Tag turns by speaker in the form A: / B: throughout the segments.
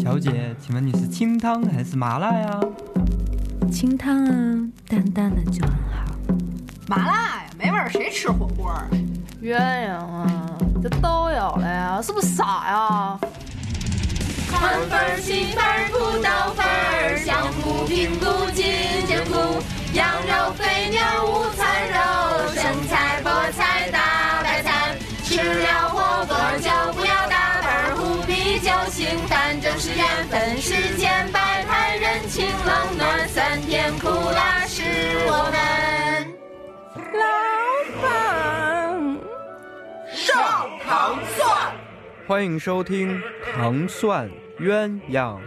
A: 小姐，请问你是清汤还是麻辣呀？
B: 清汤啊，淡淡的就很好。
C: 麻辣呀，没味儿，谁吃火锅啊？
D: 鸳鸯啊，这都有了呀，是不是傻呀？
E: 看分儿、析分儿、不到分儿，相互评估进兼顾。羊肉、肥牛、午餐肉，生菜、菠菜、大白菜。吃了火锅就不要打盹儿，胡啤酒行，反正是缘分。世间百态，人情冷暖，酸甜苦辣是我们。
A: 欢迎收听《糖蒜鸳鸯》。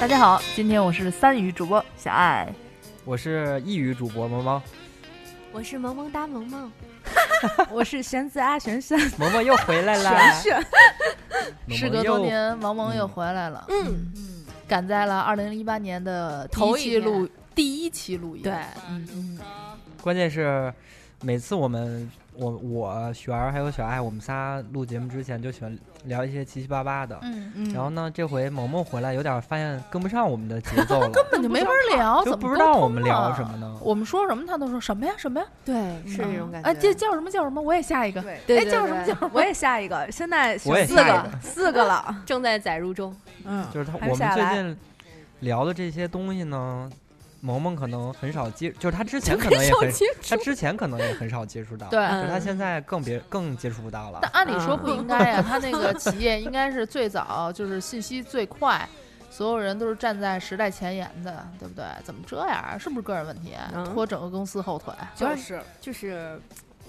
F: 大家好，今天我是三语主播小爱。
A: 我是一语主播萌萌，
E: 我是萌萌哒萌萌，
B: 我是玄子啊，玄玄，
A: 萌萌又回来啦！萌萌
D: 时隔多
A: 又
D: 年，王蒙又回来了，
E: 嗯，
D: 赶在了二零一八年的第
E: 头
D: 一
E: 一
D: 期
E: 年
D: 录第一期录音。
E: 对，
A: 关键是每次我们我我璇儿还有小爱，我们仨录节目之前就喜欢聊一些七七八八的。
D: 嗯，
A: 然后呢，这回萌萌回来有点发现跟不上我们的节奏了，
D: 根本就没法聊，
A: 就
D: 怎
A: 不
D: 么
A: 知
D: 沟
A: 道
D: 通
A: 我们聊
D: 啊
A: 什么呢。
D: 我们说什么他都说什么呀什么呀，
E: 对，是
D: 嗯
E: 这种感
B: 啊
E: 觉。
D: 哎，这叫什么叫什么？我也下一个。
C: 对，
E: 对
D: 哎，叫什么叫什么？
B: 我也下一个，现在
A: 我也
B: 四
A: 下一
B: 个，四个了。
E: 正在载入中。
B: 嗯，
A: 就是他
B: 还是
A: 我们
B: 下
A: 最
B: 来
A: 近聊的这些东西呢，萌萌可能很少接，就是他之前可能也很，他之前可能也很少接触到，
D: 对
A: 就
E: 嗯
A: 是他现在更别更接触不到了
D: 但。按理说不应该呀、他那个企业应该是最早，就是信息最快，所有人都是站在时代前沿的，对不对？怎么这样啊？是不是个人问题啊？
E: 嗯
D: 拖整个公司后腿？
C: 就是
E: 就是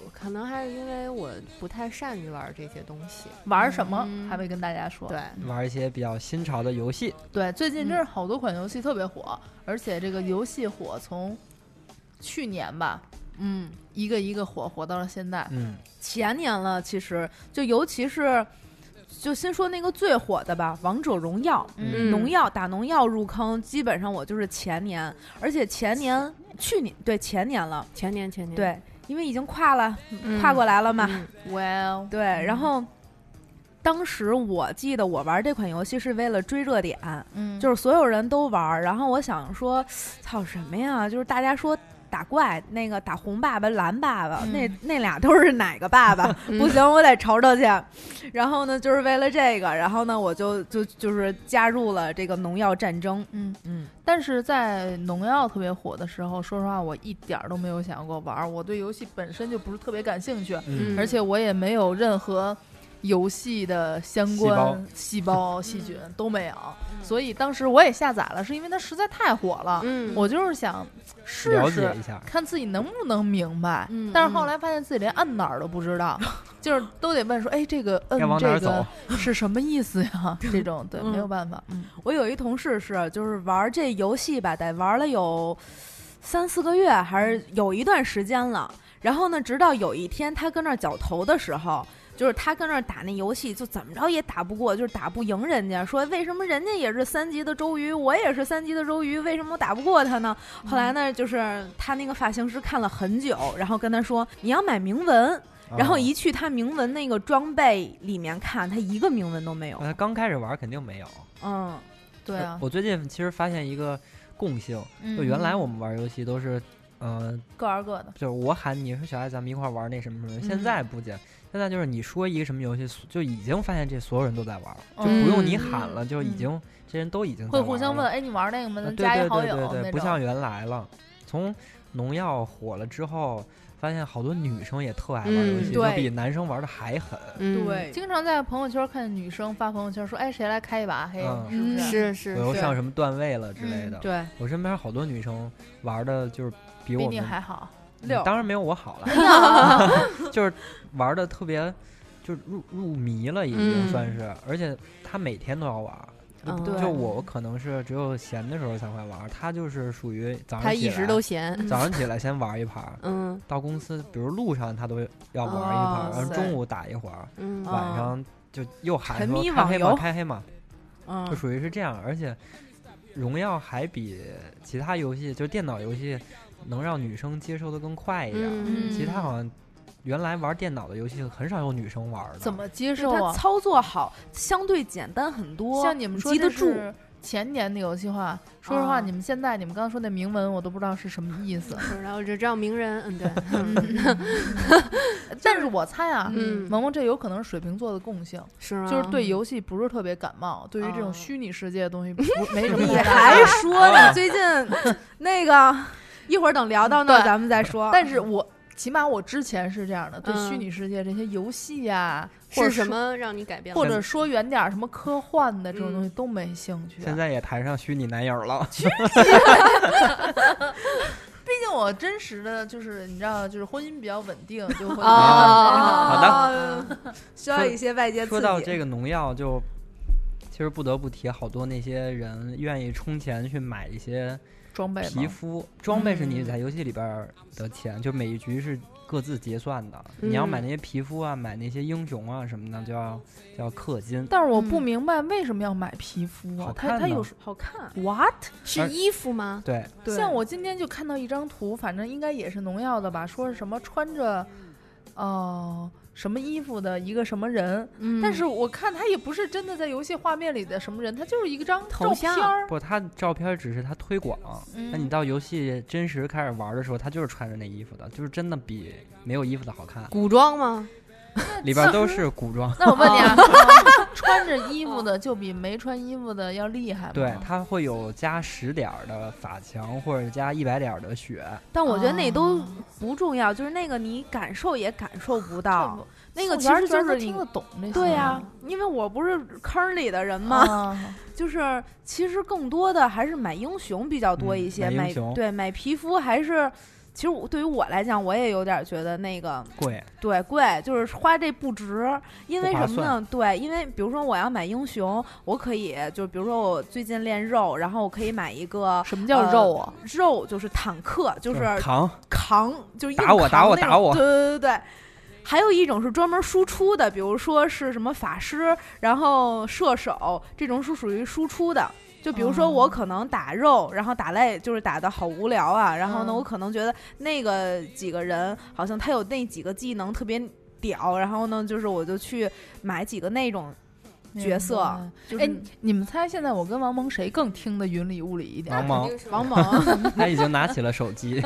E: 我可能还是因为我不太善于玩这些东西。
D: 玩什么、
E: 嗯
D: 还没跟大家说。嗯
E: 对，
A: 玩一些比较新潮的游戏，
D: 对最近真是好多款游戏特别火，而且这个游戏火从去年吧，嗯，一个一个火火到了现在。
A: 嗯，
B: 前年了，其实就尤其是，就先说那个最火的吧，《王者荣耀》
A: 嗯
B: 农药打农药入坑，基本上我就是前年，而且前年、去年对前年了，
E: 前年前年
B: 对，因为已经跨了，跨过来了嘛，
E: 嗯
D: Well，
B: 对，然后。当时我记得我玩这款游戏是为了追热点，
D: 嗯，
B: 就是所有人都玩儿，然后我想说，操什么呀？就是大家说打怪，那个打红爸爸、蓝爸爸，
D: 嗯
B: 那那俩都是哪个 爸爸？不行，我得瞅瞅去。然后呢，就是为了这个，然后呢，我就就就是加入了这个农药战争。
D: 嗯
B: 嗯，
D: 但是在农药特别火的时候，说实话，我一点儿都没有想过玩儿。我对游戏本身就不是特别感兴趣，
A: 嗯
D: 而且我也没有任何游戏的相关细
E: 嗯
D: 胞、细菌都没有。所以当时我也下载了，是因为它实在太火了。
E: 嗯
D: 我就是想试
A: 了
D: 试
A: 解一下，
D: 看自己能不能明白。
E: 嗯
D: 但是后来发现自己连摁哪儿都不知道， 就是都得问说，哎，这个摁
A: 该往哪
D: 这
A: 儿
D: 个
A: 走？
D: 是什么意思呀？这种对，
B: 嗯
D: 没有办法。嗯
B: 我有一同事是，就是玩儿这游戏吧，得玩了有三四个月，还是有一段时间了。然后呢，直到有一天他跟那儿绞头的时候，就是他跟那儿打那游戏，就怎么着也打不过，就是打不赢人家。说为什么人家也是三级的周瑜，我也是三级的周瑜，为什么我打不过他呢？后来呢，就是他那个发型师看了很久，然后跟他说你要买铭文，
A: 嗯
B: 然后一去他铭文那个装备里面看，他一个铭文都没有
A: 啊，。他刚开始玩肯定没有。
B: 嗯，
D: 对啊，嗯
A: 我最近其实发现一个共性，就原来我们玩游戏都是，呃，
D: 各玩各的。
A: 就是我喊你说小爱，咱们一块儿玩那什么什么。
D: 嗯
A: 现在不简，现在就是你说一个什么游戏，就已经发现这所有人都在玩了，就
D: 嗯
A: 不用你喊了，就已
D: 嗯
A: 经这人都已经在
D: 会
A: 玩
D: 互相
A: 了
D: 问，哎，你玩那个吗？
A: 啊
D: 咱
A: 对
D: 加一
A: 对
D: 好
A: 对
D: 友
A: 对对，
D: 那
A: 不
D: 种。
A: 像原来了。从农药火了之后，发现好多女生也特爱玩游戏，
B: 嗯
A: 就
B: 对
A: 比男生玩的还狠。
D: 嗯
B: 嗯
E: 嗯
B: 对，
D: 经常在朋友圈看见女生发朋友圈说：“哎，谁来开一把黑？”
A: 嗯
D: 是不
B: 嗯
D: 是？
E: 是是
A: 我又上什么段位了之类
D: 嗯
A: 的。
B: 对。
A: 我身边好多女生玩的就是比
D: 比
A: 我
D: 你
A: 们
D: 还好。
A: 嗯
B: 溜
A: 当然没有我好了，就是玩的特别，就是入入迷了，已经
E: 嗯
A: 算是，而且他每天都要玩儿，就不
G: 嗯
B: 对
A: 就我可能是只有闲的时候才会玩儿，他就是属于早上
G: 他
A: 起
G: 一直
A: 来
G: 都 闲，
A: 早上起来先玩一盘儿，
G: 嗯
A: 到公司比如路上他都要玩一盘儿，
B: 哦
A: 然后
B: 塞
A: 中午打一会儿，
G: 嗯
A: 晚上就又喊
B: 沉
A: 说
B: 迷
A: 开
B: 网
A: 黑嘛
B: 游
A: 开黑嘛，就
B: 嗯
A: 属于是这样，而且荣耀还比其他游戏，就是电脑游戏，能让女生接受的更快一点。
G: 嗯
A: 其他好像原来玩电脑的游戏很少有女生玩的。
D: 怎？么接
B: 就是
D: 受
B: 它
D: 啊？
B: 操作好，相对简单很多，
D: 像你们说
B: 记得
D: 这
B: 住，
D: 是前年的游戏化，说实话，
B: 啊
D: 你们现在你们刚刚说那铭文，我都不知道是什么意 思。
E: 嗯
G: 不知道这让名人， 嗯对，
D: 但是我猜啊，
G: 嗯
D: 萌萌这有可能是水瓶座的共性，
G: 是
B: 嗯
G: 吗？
D: 就是对游戏不是特别感冒，对于这种
G: 哦
D: 虚拟世界的东 西不没什么
B: 你
D: 太大。
B: 嗯还说
A: 啊
B: 呢？最近那个，一会儿等聊到那儿
D: 对
B: 咱们再说。
D: 但是我起码我之前是这样的，对
G: 嗯
D: 虚拟世界这些游戏呀，或者
G: 是什
D: 说，
G: 么让你改变了？
D: 或者说远点儿什么科幻的这种
G: 嗯
D: 东西都没兴趣。啊
A: 现在也谈上虚拟男友了，
D: 毕竟我真实的就是你知道，就是婚姻比较稳定，就
G: 哦
D: 会
A: 好
B: 哦，
A: 的
B: 需要一些外界刺激。
A: 说到这个农药就，其实不得不提好多那些人愿意充钱去买一些
D: 装备
A: 皮
D: 嘛。
G: 嗯
A: 肤装备，是
D: 嗯
A: 你在游戏里边儿的钱，就每一局是各自结算的。你要
D: 嗯
A: 买那些皮肤啊，买那些英雄啊什么的，就要就要氪金。
D: 但是我不
G: 嗯
D: 明白为什么要买皮肤啊
A: 好？
D: 它
A: 看
D: 它
A: 呢
D: 有什
B: 好看，
D: what？
G: 是衣服吗？
A: 对，
B: 对
D: 像我今天就看到一张图，反正应该也是农药的吧，说是什么穿着，呃，什么衣服的一个什么人，
G: 嗯
D: 但是我看他也不是真的在游戏画面里的什么人，他就是一张
G: 头
D: 照片
G: 像
D: 儿。
A: 不，他照片只是他推广。那你
D: 嗯，
A: 到游戏真实开始玩的时候，他就是穿着那衣服的，就是真的比没有衣服的好看，
G: 古装吗？
A: 里边都是古装。
D: 那我问你啊，
B: 哦
D: 穿着衣服的就比没穿衣服的要厉害吗？
A: 对，它会有加十点儿的法强，或者加一百点儿的血。
B: 但我觉得那都
D: 哦
B: 不重要，就是那个你感受也感受不到。那个
D: 宋
B: 其
D: 元
B: 实
D: 觉
B: 就
D: 得
B: 是
D: 听
B: 你
D: 得。懂这些，
B: 对呀、
D: 嗯
B: 因为我不是坑里的人嘛，
D: 啊，
B: 就是其实更多的还是买英雄比较多一些，
A: 嗯买英
B: 买
A: 雄
B: 对买皮肤还是，其实我对于我来讲，我也有点觉得那个
A: 贵，
B: 对，贵就是花这不值，因为
A: 不划
B: 什么呢？对，因为比如说我要买英雄，我可以就比如说我最近练肉，然后我可以买一个
D: 什么叫肉啊？
B: 肉，就是坦克，就是
A: 扛
B: 扛，就是硬
A: 打我打
B: 扛
A: 我
B: 那种
A: 打我
B: 对对对对。还有一种是专门输出的，比如说是什么法师，然后射手这种是属于输出的。就比如说我
D: 哦
B: 可能打肉，然后打累，就是打的好无聊啊。然后呢，
A: 哦
D: 嗯
B: 我可能觉得那个几个人好像他有那几个技能特别屌，然后呢，就是我就去买几个那种角色啊
D: 明白
B: 就
D: 哎
B: 是，
D: 呃你们猜现在我跟王蒙谁更听得云里雾里一点儿？
A: 王蒙，
B: 王蒙。
A: 他已经拿起了手机，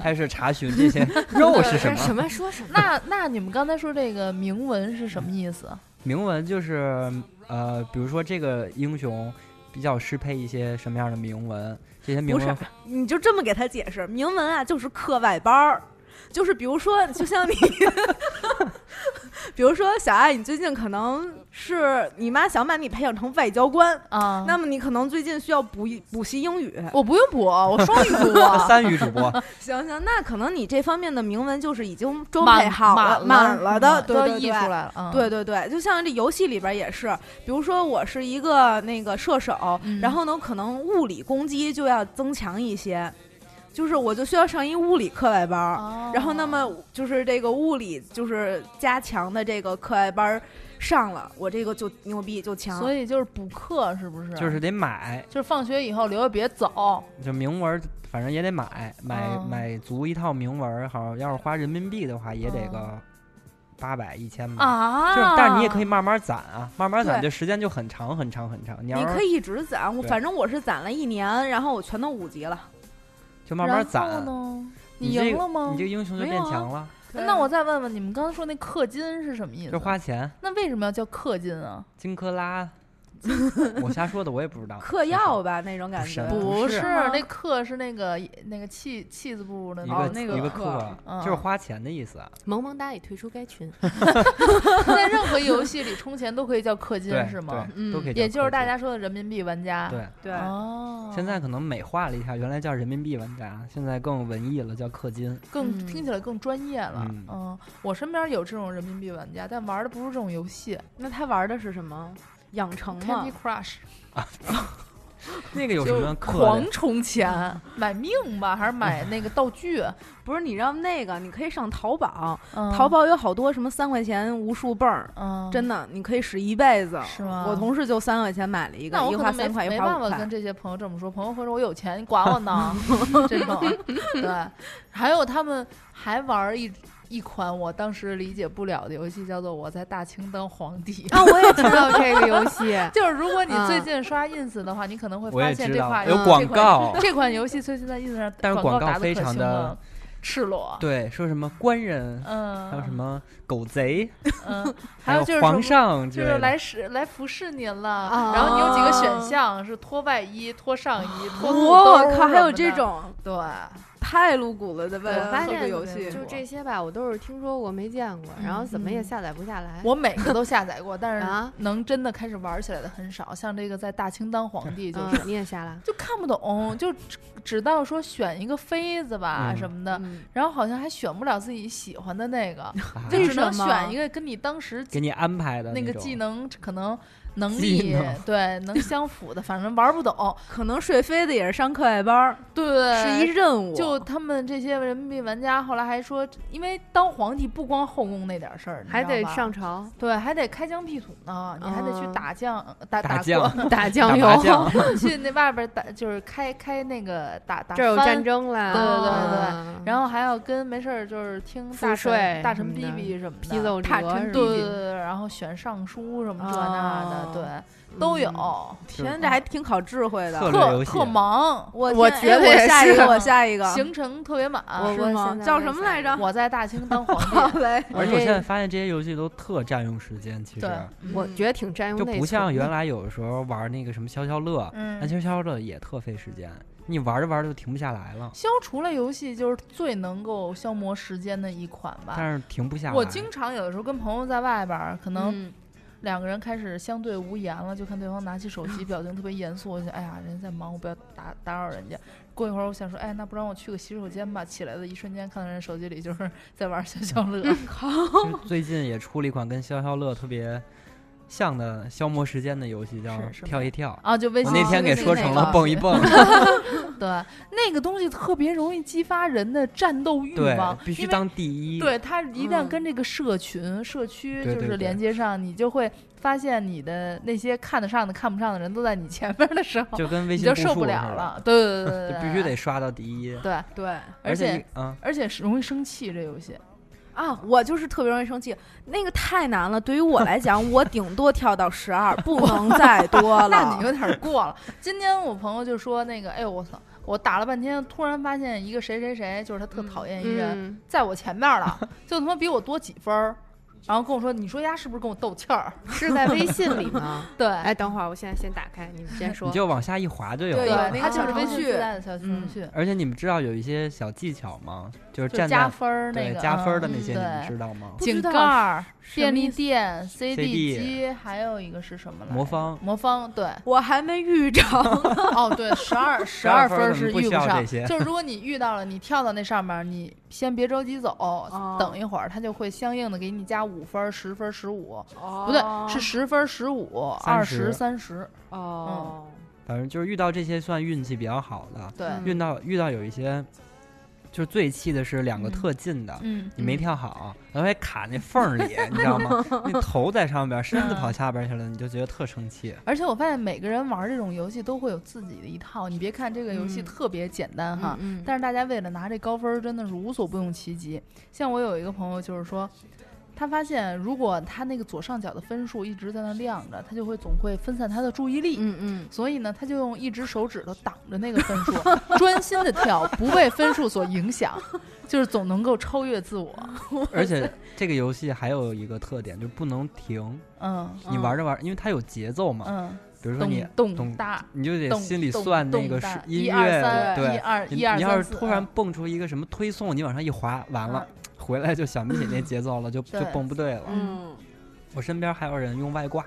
A: 开始查询这些肉是什
G: 这什
A: 么。
G: 么说什么？
D: 那那你们刚才说这个铭文是什么意思？
B: 嗯
A: 铭文就是呃，比如说这个英雄比较适配一些什么样的铭文，这些铭
B: 不是
A: 文。
B: 你就这么给他解释，铭文啊就是课外班儿，就是比如说，就像你，比如说小爱，你最近可能是你妈想把你培养成外交官，
D: 啊
B: 那么你可能最近需要补一补习英语。
D: 我不用补，啊我双语主 播
A: 三语主播
B: 行行，那可能你这方面的铭文就是已经装
D: 满
B: 配好
D: 满
B: 满了的，
D: 都
B: 对
D: 要
B: 对
D: 溢
B: 对
D: 出。来了。嗯，
B: 对对对，就像这游戏里边也是，比如说我是一个那个射手，
D: 嗯
B: 然后呢，可能物理攻击就要增强一些，就是我就需要上一物理课外班儿。
D: 哦
B: 然后，那么就是这个物理就是加强的这个课外班儿上了，我这个就牛逼就强。
D: 所
B: 以
D: 以就是补课是不是？
A: 就是得买，
D: 就是放学以后留下别走。
A: 就铭文反正也得买，买
D: 哦
A: 买足一套铭文，好像要是花人民币的话也得
D: 哦
A: 个八百一千吧。嗯
D: 啊
A: 就是，但是你也可以慢慢攒啊，慢慢攒，
B: 对
A: 这时间就很长很长很长。你要
B: 你可
A: 是
B: 以一直攒，我
A: 对
B: 反正我是攒了一年，然后我全都五级了。
A: 就慢慢
D: 然后
A: 攒，
D: 呢？
A: 你这
D: 赢
A: 个
D: 了吗
A: 你这？个英雄就
B: 没有
A: 变
B: 啊
A: 强了，
D: 那我再问问你们，刚刚说那氪金是什么意
A: 就
D: 思？
A: 花钱。
D: 那为什么要叫氪金啊？
A: 金克拉，我瞎说的，我也 不知道。
B: 嗑药吧那种感觉，
A: 不是
D: 是，
B: 吗
D: 那氪是那个那个气气字部的
A: 一
D: 哦
A: 个
D: 那
A: 一个
D: 氪
A: 克，
D: 嗯
A: 就是花钱的意思。
G: 萌萌哒也退出该群，
D: 在任何游戏里充钱都可以叫氪金
A: 对，
D: 是吗？
A: 对，
D: 嗯
A: 都可以叫氪金。
D: 也就是大家说的人民币玩家。
A: 对，
B: 对，
D: 哦，
A: 现在可能美化了一下，原来叫人民币玩家，啊现在更文艺了，叫氪金。
D: 更
G: 嗯
D: 听起来更专业了。
A: 嗯
D: 我身边有这种人民币玩家，但玩的不是这种游戏，
B: 那他玩的是什么？养成嘛
D: Candy。Crush，
A: 那个有什么
D: 就
A: 课
D: 狂
A: 的？
D: 充钱，买命吧，还是买那个道 具？
B: 不是你让那个，你可以上淘宝，
D: 嗯
B: 淘，宝有好多什么三块钱无数泵儿，
D: 嗯，
B: 真的你可以使一辈子。
D: 是吗
B: 我同事就三块钱买了一个
D: 那，我
B: 一
D: 可
B: 花
D: 能没
B: 三块，一
D: 没
B: 花
D: 办
B: 五
D: 法跟
B: 块。
D: 这些朋友这么说，朋友会说我有钱，你管我 呢，这种。对，还有他们还玩一一款我当时理解不了的游戏，叫做《我在大清当皇帝》。
G: 啊，我也知道这个游戏，
D: 就是如果你
G: 嗯
D: 最近刷 ins 的话，你可能会
A: 我
D: 发
A: 也
D: 现
A: 知
D: 这
A: 道
D: 款
A: 有
G: 嗯
A: 广
D: 这款
A: 告，
D: 这款游戏最近在 ins 上，
A: 但是
D: 广
A: 告
D: 打的
A: 非
D: 可
A: 常
D: 凶
A: 的
D: 了，赤裸。
A: 对，说什么官人，
D: 嗯，
A: 还有什？么狗贼，
D: 嗯，还
A: 还
D: 有就是什
A: 皇
D: 么
A: 上之
D: 就
A: 类的，
D: 是来使来服侍您了，
G: 啊
D: 然后你有几个选项是脱外衣、脱上衣、脱裤兜
B: 我
D: 儿
B: 靠，还有
D: 什么的
B: 这种
D: 对，
B: 太露骨了的呗，
G: 我发现
B: 这游戏
G: 就这些吧，我都是听说过没见过，然后怎么也下载不下来。
D: 嗯我每个都下载过，但是
G: 啊
D: 能真的开始玩起来的很少。像这个在大清当皇帝就是。
G: 嗯你也下了，
D: 就看不懂，就只只到说选一个妃子吧
A: 嗯
D: 什么的，
G: 嗯
D: 然后好像还选不了自己喜欢的那个，
A: 啊
D: 就只能
B: 为什么
D: 选一个跟你当时
A: 给你安排的
D: 那个
A: 种
D: 技能可能能
A: 技
D: 力
A: 能
D: 对能相符的，反正玩不懂。
B: 可能睡飞的也是上课外班儿，
D: 对对对，
B: 是一任务。
D: 就他们这些人民币玩家后来还说，因为当皇帝不光后宫那点事嗯儿，你
G: 还
D: 知道
G: 得
D: 吧
G: 上朝
D: 对，还得开疆辟土呢，你还得去
G: 嗯
D: 打将打
A: 打
D: 打
A: 酱、
G: 打
A: 打
G: 酱油
A: 麻，将，
D: 过去那外边打就是开开那个打打
G: 这有战
D: 翻。
G: 争啦。
D: 对对
G: 对对
D: 然后还要跟没事儿就是听
G: 赋
D: 大
G: 税
D: 神大
G: 什
D: 臣
G: 么
D: 逼
G: 的
D: 逼什么的，
G: 批奏折
B: 大臣
G: 是
D: 对
G: 吧
D: 对对对，然后选尚书什么这那
G: 哦
D: 的，
G: 嗯
D: 对，都有，
B: 天，这还挺考智慧的
A: 策。略游
D: 特
A: 戏
D: 特忙，
B: 嗯我
G: 啊我
B: 天
G: 觉
B: 哎
G: 得
B: 我
G: 也
B: 下一个，
D: 是啊
B: 我下一个，
D: 行啊程特别满。
G: 我
B: 是吗
G: 现？在
B: 叫
G: 没
B: 什么
G: 下
B: 来着？
D: 我在大清 当皇帝，
B: 嘞，
A: 而且我
G: 这
A: 现在发现这些游戏都特占用时间，其实
D: 对，
G: 我觉得挺占用
A: 就
G: 内
A: 不像
G: 存
A: 原
G: 的
A: 来有时候玩那个什么消消乐，
D: 嗯
A: 但其实消消乐也特费时间，你玩着玩着就停不下来了，
D: 消除类游戏就是最能够消磨时间的一款吧。
A: 但是停不下来。
D: 啊我经常有的时候跟朋友在外边儿，可能
G: 嗯
D: 两个人开始相对无言了，就看对方拿起手机，表情特别严肃，我就想，哎呀，人家在忙，我不要打打扰人家。过一会儿，我想说，哎，那不然我去个洗手间吧。起来的一瞬间，看到人手机里就是 在玩消消
A: 嗯
D: 乐，
A: 就是最近也出了一款跟消消乐特别像的消磨时间的游戏，叫
D: 是什么
A: 跳一跳。
D: 啊，就微
A: 我
D: 信
A: 那天给说成了蹦一。蹦，
D: 对，那个东西特别容易激发人的战斗欲
A: 对
D: 望，，
A: 必须
D: 因为
A: 当第一。
D: 对它一旦
G: 嗯
D: 跟这个社群、社区
A: 对
D: 就
A: 对
D: 是
A: 对
D: 连接上，你就会发现你的那些看得上的、看不上的人都在你前面的时候，
A: 就跟微
D: 你
A: 信
D: 就
A: 步数
D: 受不
A: 似
D: 了
A: 的，
D: 了。对对对对
A: 就
D: 对，
A: 必须得刷到第一。
D: 对，
B: 对
D: 而且
A: 且，嗯，
D: 而且是容易生气这游戏。
B: 啊，我就是特别容易生气，那个太难了。对于我来讲，我顶多跳到十二， 不能再多了。
A: 啊
D: 那你有点过了。今天我朋友就说那个，哎呦我操！我打了半天，突然发现一个谁谁谁，就是他特讨厌一人，
G: 嗯，
D: 在我前面了，就他妈比我多几分儿，然后跟我说，你说丫是不是跟我斗气儿？
G: 是在微信里 吗？
D: 对，
G: 哎，等会儿，我现在先打开，你们先说
A: 你。就往下一滑就有
B: 对
D: 哎对，
A: 了。
B: 那个
D: 它就
B: 小
D: 是微
B: 程
D: 信
B: 序
D: 自带的小程
B: 嗯
D: 序。
A: 而且你们知道有一些小技巧吗？就是
D: 就
A: 站
D: 加
A: 在
D: 分儿那
A: 对
D: 个
A: 加分儿的
D: 嗯
A: 那些，你们
D: 对
A: 知，道吗？
G: 不
D: 井
G: 知道
D: 盖儿、
G: 什么
D: 便利
G: 意思
D: 店、
A: CD
D: 机，还有一个是什么来着？
A: 魔方
D: 魔方对，
B: 我还没遇 着，
D: 哦对，十二十
A: 12
D: 分
A: 分
D: 儿
A: 儿
D: 是
A: 怎么不
D: 遇
A: 需要
D: 上
A: 这，些
D: 就是如果你遇到了，你跳到那上面儿，你先别着急走，
G: 哦
D: 等一会儿它就会相应的给你加五分儿、十分儿、十五，不对，是十分儿、十五、二十、
A: 30
D: 三十，
G: 哦，
A: 反正就是遇到这些算运气比较好的，
D: 对，
G: 嗯
A: 遇到遇到有一些，就是最气的是两个
D: 嗯
A: 特近的，
D: 嗯，
A: 你没跳好，然后还卡那缝儿 里，你知道吗？那头在上边，身子跑下边去了，你就觉得特生气。
D: 而且我发现每个人玩这种游戏都会有自己的一套，你别看这个游戏
G: 嗯
D: 特别简单哈，
G: 嗯，
D: 但是大家为了拿这高分儿，真的是无所不用其极。像我有一个朋友，就是说，他发现如果他那个左上角的分数一直在那亮着，他就会总会分散他的注意力。
G: 嗯嗯，
D: 所以呢，他就用一只手指头挡着那个分数，专心的跳，不被分数所影响，就是总能够超越自我。
A: 而且这个游戏还有一个特点，就不能停，
D: 嗯
A: 你玩着玩着，因为它有节奏嘛，
D: 嗯，
A: 比如说你
D: 动
A: 动
D: 动大，
A: 你就得
D: 动
A: 心里
D: 动
A: 算那
D: 动
A: 个
D: 大
A: 是音
D: 一
A: 乐
D: 二
A: 的，
D: 三
A: 对
D: 一，二
A: 你
D: 一二
A: 你
D: 三
A: 要是
D: 四啊嗯
A: 突然蹦出一个什么推送，你往上一滑，完了，回来就想不起那节奏了， 就就
D: 对
A: 蹦不对了。
B: 嗯，
A: 我身边还有人用外挂，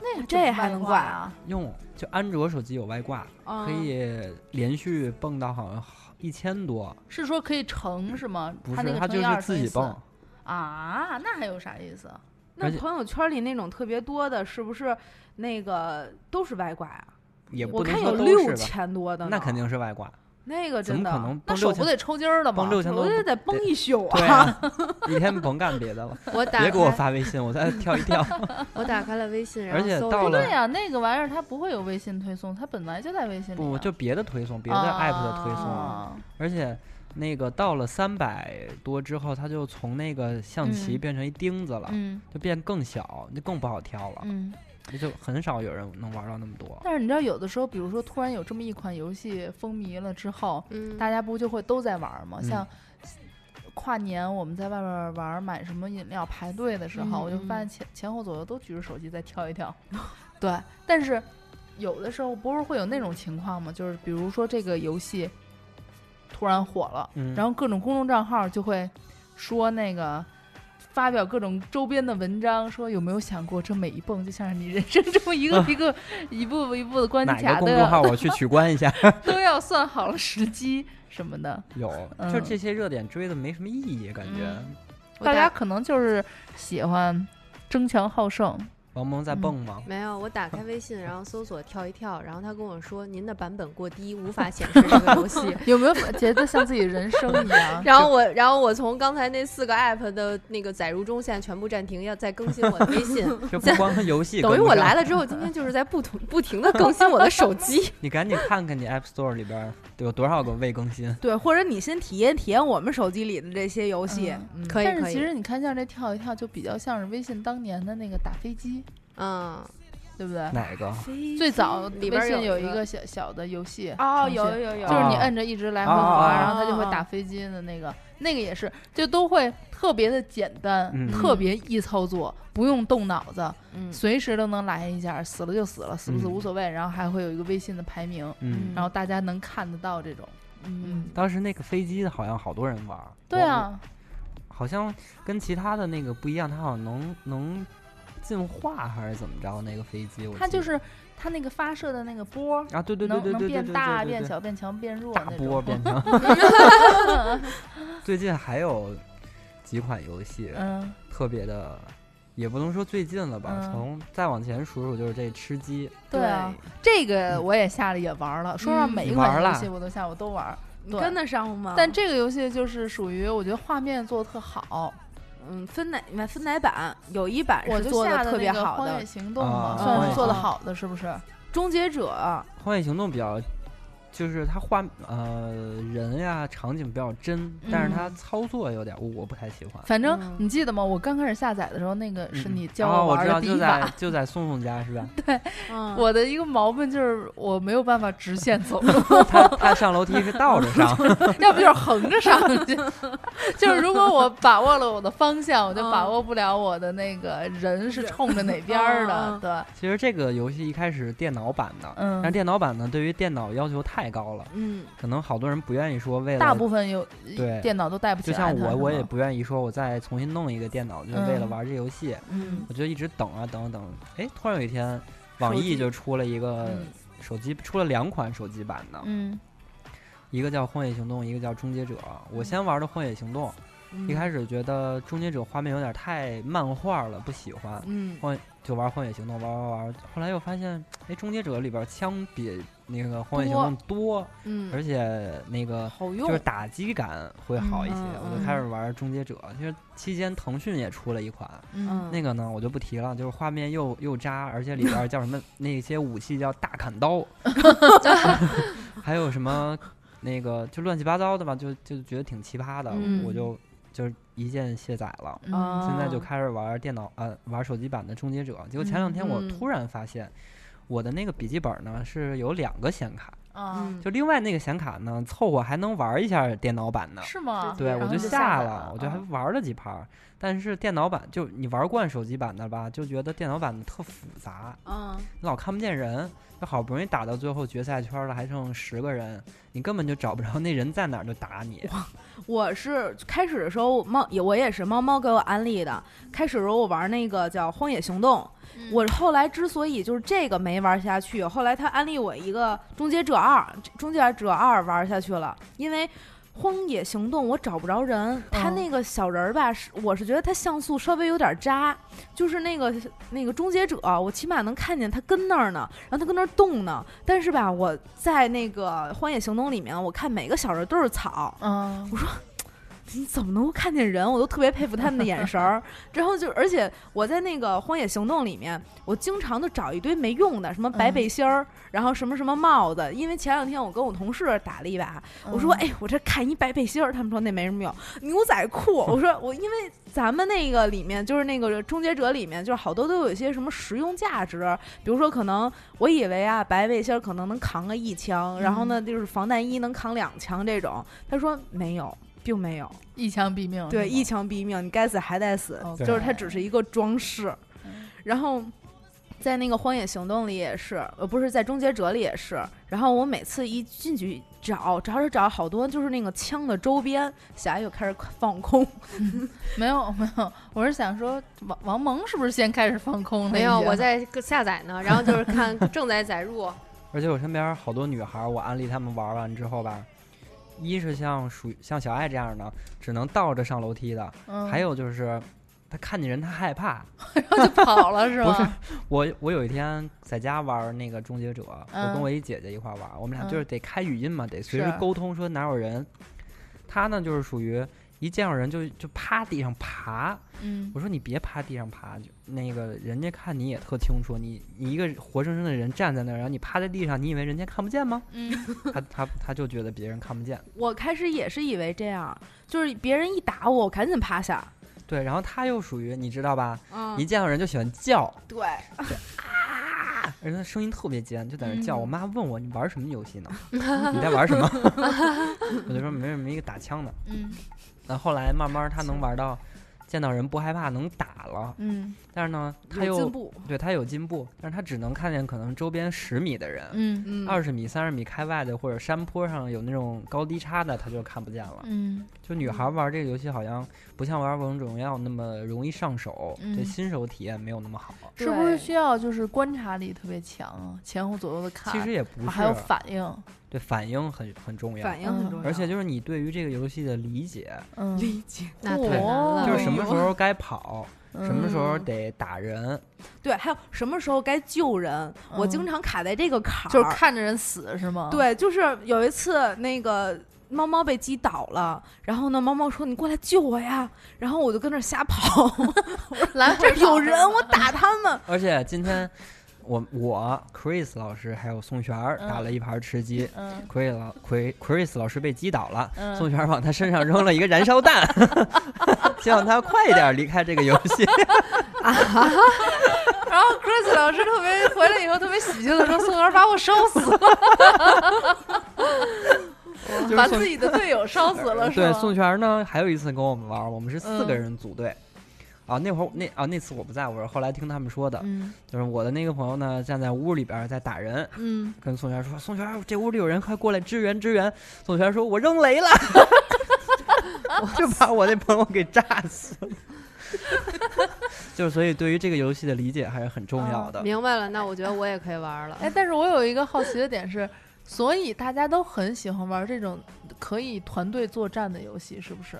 D: 那
B: 这还能
D: 怪
B: 怪
D: 啊
B: 啊？
A: 用就安卓手机有外挂，可
D: 嗯
B: 可
A: 以连续蹦到好像一千多，
D: 是说可以乘是吗？
A: 不
D: 他那
A: 是，
D: 个
A: 它
D: 乘以
A: 就
D: 二
A: 是自
D: 乘以
A: 己
D: 四
A: 蹦。
D: 啊，那还有啥意思？
B: 那
A: 而且
B: 朋友圈里那种特别多的，是不是那个都是外挂啊？
A: 也不
B: 我
A: 能
B: 看
A: 说
B: 有
A: 都
B: 六
A: 是吧，
B: 千多的呢，
A: 那肯定是外挂，
B: 那个
A: 怎
B: 真
A: 么
B: 的
A: 可能
D: 那
A: 蹦
D: 手
A: 六
D: 不
A: 千？
D: 得抽筋儿了吗
A: 蹦？六千多
B: 我？就得绷一宿
A: 对
B: 啊！
A: 啊， 一天甭干别的 了，
G: 我打
A: 别给我
G: 开，
A: 发微信，我再跳一跳。
G: 我打开了微信，然
A: 而
G: 后
A: 且
G: 搜
A: 到
G: 了
A: 了
D: 对呀、那个玩意儿它不会有微信推送，它本来就在微信里啊。
A: 不，就别的推送，别的
D: 哦
A: app 的推送，
D: 啊
A: 而且那个到了三百多之后，它就从那个象棋
D: 嗯
A: 变成一钉子了，
D: 嗯
A: 就变更小，就更不好挑了，
D: 嗯。
A: 那就很少有人能玩到那么多。
D: 但是你知道，有的时候，比如说突然有这么一款游戏风靡了之后，
G: 嗯，
D: 大家不就会都在玩儿吗？
A: 嗯
D: 像跨年我们在外边儿玩儿买什么饮料排队的时候，
G: 嗯
D: 我就发现前前后左右都举着手机在跳一 跳。对，但是有的时候不是会有那种情况吗？就是比如说这个游戏突然火了，
A: 嗯，
D: 然后各种公众账号就会说那个。发表各种周边的文章，说有没有想过，这每一蹦就像是你人生中 一个一个、一步一步的关
A: 哪个
D: 卡都
A: 公众
D: 要
A: 号我去取关一 下？
D: 都要算好了时机什么的。
A: 有，
D: 嗯
A: 就这些热点追的没什么意义，感觉。
D: 嗯
G: 我
D: 大家
G: 打
D: 可能就是喜欢争强好胜，
A: 王蒙在
D: 嗯
A: 蹦吗？
G: 没有，我打开微信，然后搜索跳一跳，然后他跟我说您的版本过低，无法显示这个游戏。
D: 有没有觉得像自己人生一 样？
G: 然后我，然后我从刚才那四个 app 的那个载入中，现在全部暂停，要再更新我的微信。
A: 就不光是游戏，
G: 等于我来
A: 了，
G: 了之后，今天就是在不同不停的更新我的手 机。
A: 你赶紧看看你 App Store 里边儿有多少个未更 新。
B: 对，或者你先体验体验我们手机里的这些游戏，嗯
G: 可以，
D: 但是
G: 可
D: 其
G: 以，
D: 实你看，像这跳一跳，就比较像是微信当年的那个打飞机，
G: 嗯，
D: 对不对？
A: 哪个？
D: 最早
G: 里
D: 微
G: 边
D: 信
G: 有
D: 有
G: 一
D: 一
G: 个
D: 个小小的游戏
B: 哦，
D: 程序
B: 有有有，
D: 就是你
A: 哦
D: 摁着一直来回
A: 哦哦
D: 滑，
A: 哦
D: 然后它就会
B: 哦哦
D: 打飞机的那个，那个也是，就都会特别的简单，
A: 嗯
D: 特别易操作，不用动脑子，
G: 嗯
D: 随时都能来一下，死了就死了，死不死
A: 嗯
D: 无所谓。然后还会有一个微信的排名，
A: 嗯，
D: 然后大家能看得到这种。嗯，
A: 当时那个飞机好像好多人玩儿。
D: 对
A: 我，
D: 啊，
A: 好像跟其他的那个不一样，它好像能能进化还是怎么着？那个飞机，我
D: 它
A: 记得
D: 就是它那个发射的那个波儿，
A: 啊，对对对
D: 能
A: 对
D: 能
A: 对对
D: 变
A: 对
D: 大、
A: 对对
D: 变
A: 对
D: 小、变强、变弱
A: 大
D: 那
A: 波
D: 种。
A: 变成。最近还有几款游戏
D: 嗯，
A: 特别的，也不能说最近了吧，
D: 嗯
A: 从再往前数数就是这吃鸡，
D: 对啊，这个我也下了也玩了。说实话，每
A: 嗯
D: 一
A: 你
D: 款
A: 玩
D: 游
A: 了嗯
D: 戏我都下，我都玩。
B: 你
D: 对
B: 跟得上吗？
D: 但这个游戏就是属于我觉得画面做的特好，
B: 嗯，分奶买分奶版有一
A: 哎
B: 版
D: 我
B: 是
D: 就
B: 做
D: 下
B: 的
D: 的
B: 特别
D: 那个
B: 好
D: 荒
B: 的
D: 野，行动》
A: 啊
D: 嘛，算
B: 荒
D: 是
B: 野
D: 做的
A: 行
D: 好的，是不是？
B: 《终结者》
A: 《荒野行动》比较，就是它画呃人呀、场景比较真，
D: 嗯
A: 但是它操作有点我我不太喜欢。
D: 反正
G: 嗯
D: 你记得吗？我刚开始下载的时候，那个是
A: 嗯
D: 你教
A: 哦
D: 我
A: 我
D: 玩
A: 知
D: 的
A: 道，
D: 第一
A: 就
D: 把
A: 在。就在宋宋家 是吧？
B: 嗯，
D: 我的一个毛病就是我没有办法直线走路，
A: 他他上楼梯是倒着上，
D: 要不就是横着上去。 就是如果我把握了我的方向，我就把握不了我的那个人是冲着哪边儿的。
B: 嗯
D: 对，
A: 其实这个游戏一开始是电脑版的，但是
D: 嗯，
A: 电脑版呢，对于电脑要求太高了，
B: 嗯，
A: 可能好多人不愿意说为了
D: 大部分有
A: 对
D: 电脑都带不起
A: 就
D: 来它。
A: 像我，
D: 是
A: 我也
D: 吗
A: 不愿意说我再重新弄一个电脑，就是为了玩这游戏，
D: 嗯
A: 我就一直等啊等啊等，哎，突然有一天，网易就出了一个
D: 嗯
A: 手机，出了两款手机版的，
D: 嗯
A: 一个叫《荒野行动》，一个叫《终结者》。
D: 嗯
A: 我先玩的《荒野行动》，一开始觉得《终结者》画面有点太漫画了，不喜欢，
B: 嗯，
A: 就玩《荒野行动》玩玩玩。后来又发现，哎，《终结者》里边枪比那个《荒野行动》多，
B: 嗯，
A: 而且那个
B: 好
A: 就
B: 用
A: 是，打击感会好一些。
B: 嗯嗯
A: 我就开始玩《终结者》，其实期间腾讯也出了一款，
D: 嗯
A: 那
B: 个
A: 个呢我就不提了，就是画面又又渣，而且里边儿叫什 么那些武器叫大砍刀，还有什么那个就乱七八糟的吧，就就觉得挺奇葩的，
B: 嗯
A: 我就就是一键卸载了。
D: 嗯
A: 现在就开始玩电脑呃玩手机版的《终结者》，结果前两天我
B: 嗯
A: 突然发现，我的那个笔记本呢是有两个显卡，
B: 嗯
D: 啊，
A: 就另外那个显卡呢凑合还能玩一下电脑版呢。
D: 是吗？
A: 对，
D: 然
A: 我
D: 后
A: 就
D: 就
A: 下
D: 载
A: 了，我就
D: 啊
A: 还玩了几盘儿。但是电脑版就你玩惯手机版的吧，就觉得电脑版的特复杂，
B: 嗯
A: 你老看不见人。就好不容易打到最后决赛圈了，还剩十个人，你根本就找不着那人在哪儿就打你。
B: 我是开始的时候，猫也我也是猫猫给我安利的。开始的时候我玩那个叫《荒野行动》，我后来之所以就是这个没玩下去，后来他安利我一个《终结者二》，《终结者二》玩下去了，因为荒野行动》，我找不着人。他
D: 嗯
B: 那个小人儿吧，是我是觉得他像素稍微有点渣，就是那个那个终结者，我起码能看见他跟那儿呢，然后他跟那儿动呢。但是吧，我在那个《荒野行动》里面，我看每个小人都是草，
D: 嗯，
B: 你怎么能够看见人？我都特别佩服他们的眼神儿。然后就，而且我在那个《荒野行动》里面，我经常就找一堆没用的，什么白背心儿，然后什么什么帽子。因为前两天我跟我同事打了一把，
D: 嗯
B: 我说：“哎，我这看一白背心儿。”他们说那没什么用。牛仔裤，我说我因为咱们那个里面就是那个《终结者》里面，就是好多都有一些什么实用价值，比如说可能我以为啊，白背心儿可能能扛个一枪，然后呢就是防弹衣能扛两枪这种。他说没有，并没有。
D: 一枪毙命，
B: 对，一
D: 一，
B: 枪毙命，你该死还得死，
D: OK
B: 就是它只是一个装饰
D: 嗯。
B: 然后在那个《荒野行动》里也是，呃，不是在《终结者》里也是。然后我每次一进去找，找着找好多就是那个枪的周边，小爱又开始放空。
D: 没有 没有，我是想说王王蒙是不是先开始放空了？
G: 没有，
D: 已经
G: 我在下载呢，然后就是看正在载入，
A: 而且我身边好多女孩儿，我安利她们玩儿完之后吧，一是像属于像小爱这样的，只能倒着上楼梯的，
D: 嗯
A: 还有就是她看见人她害怕。
D: 跑了是
A: 不
D: 吗？
A: 是我我有一天在家玩儿那个终结者，我
D: 嗯
A: 跟我一姐姐一块儿玩儿，我们俩
D: 嗯
A: 就是得开语音嘛，得随时
D: 是
A: 沟通说哪有人。她呢就是属于一见到人就就趴地上爬，
D: 嗯
A: 我说你别趴地上爬，就那个人家看你也特清楚，你你一个活生生的人站在那儿，然后你趴在地上，你以为人家看不见吗？
D: 嗯，
A: 他他他就觉得别人看不见，
B: 我开始也是以为这样，就是别人一打我，我赶紧趴下。
A: 对，然后他又属于你知道吧，一
B: 嗯，
A: 见到人就喜欢叫，
B: 对，
A: 而且他声音特别尖，就在那叫。
D: 嗯
A: 我妈问我你玩什么游戏 呢？你在玩什么？我就说没什么，一个打枪的。
D: 嗯
A: 那后来慢慢他能玩到见到人不害怕，能打了，
D: 嗯
A: 但是呢，他
B: 有进
A: 又
B: 步。
A: 对他有进步，但是他只能看见可能周边十米的人。
D: 嗯
B: 嗯，
A: 二十米、三十米开外的，或者山坡上有那种高低差的，他就看不见了。
D: 嗯
A: 就女孩玩这个游戏好像不像玩王者荣耀那么容易上手，
D: 嗯
A: 对新手体验没有那么好。
D: 是不是需要就是观察力特别强啊，前后左右的看，
A: 其实也不是，
D: 还有反应，
A: 对反应很很重要，
B: 反应很
D: 嗯
B: 重要，
A: 而且就是你对于这个游戏的理解，
D: 嗯，
B: 理解。
G: 那太难了。
A: 就是什么时候该跑，什么时候
G: 嗯
A: 得打人，
B: 对，还有什么时候该救人？我
D: 嗯
B: 经常卡在这个坎儿，
D: 就是看着人死是吗？，
B: 对，就是有一次那个猫猫被击倒了，然后呢，猫猫说：“你过来救我呀！”然后我就跟那儿瞎 跑，
D: 来
B: 这
D: 回
B: 儿有人，我打他们。
A: 而且今天。我我 Chris 老师还有宋璇儿
D: 嗯
A: 打了一盘吃鸡
D: 嗯
A: ，Chris 老 Chris Chris 老师被击倒了，
D: 嗯
A: 宋璇儿往他身上扔了一个燃烧弹， 希望他快一点离开这个游戏。
D: 然后 Chris 老师特别回来以后特别喜庆的说：“宋元把我烧死了，
A: 就是
D: 把
A: 宋
D: 自己的队友烧死了，是
A: 对，
D: 吗？”
A: 宋璇儿呢，还有一次跟我们玩儿，我们是四个
D: 嗯
A: 人组队。啊，那会儿那啊那次我不在，我是后来听他们说的，
D: 嗯
A: 就是我的那个朋友呢，站在屋里边儿在打人，
D: 嗯，
A: 跟宋璇儿说：“宋璇儿，这屋里有人，快过来支援支援。”宋璇儿说：“我扔雷了。” 就把我那朋友给炸死了。 就是所以对于这个游戏的理解还是很重
D: 嗯
A: 要的。
G: 明白了，那我觉得我也可以玩了。
D: 哎，但是我有一个好奇的点是，所以大家都很喜欢玩这种可以团队作战的游戏，是不是？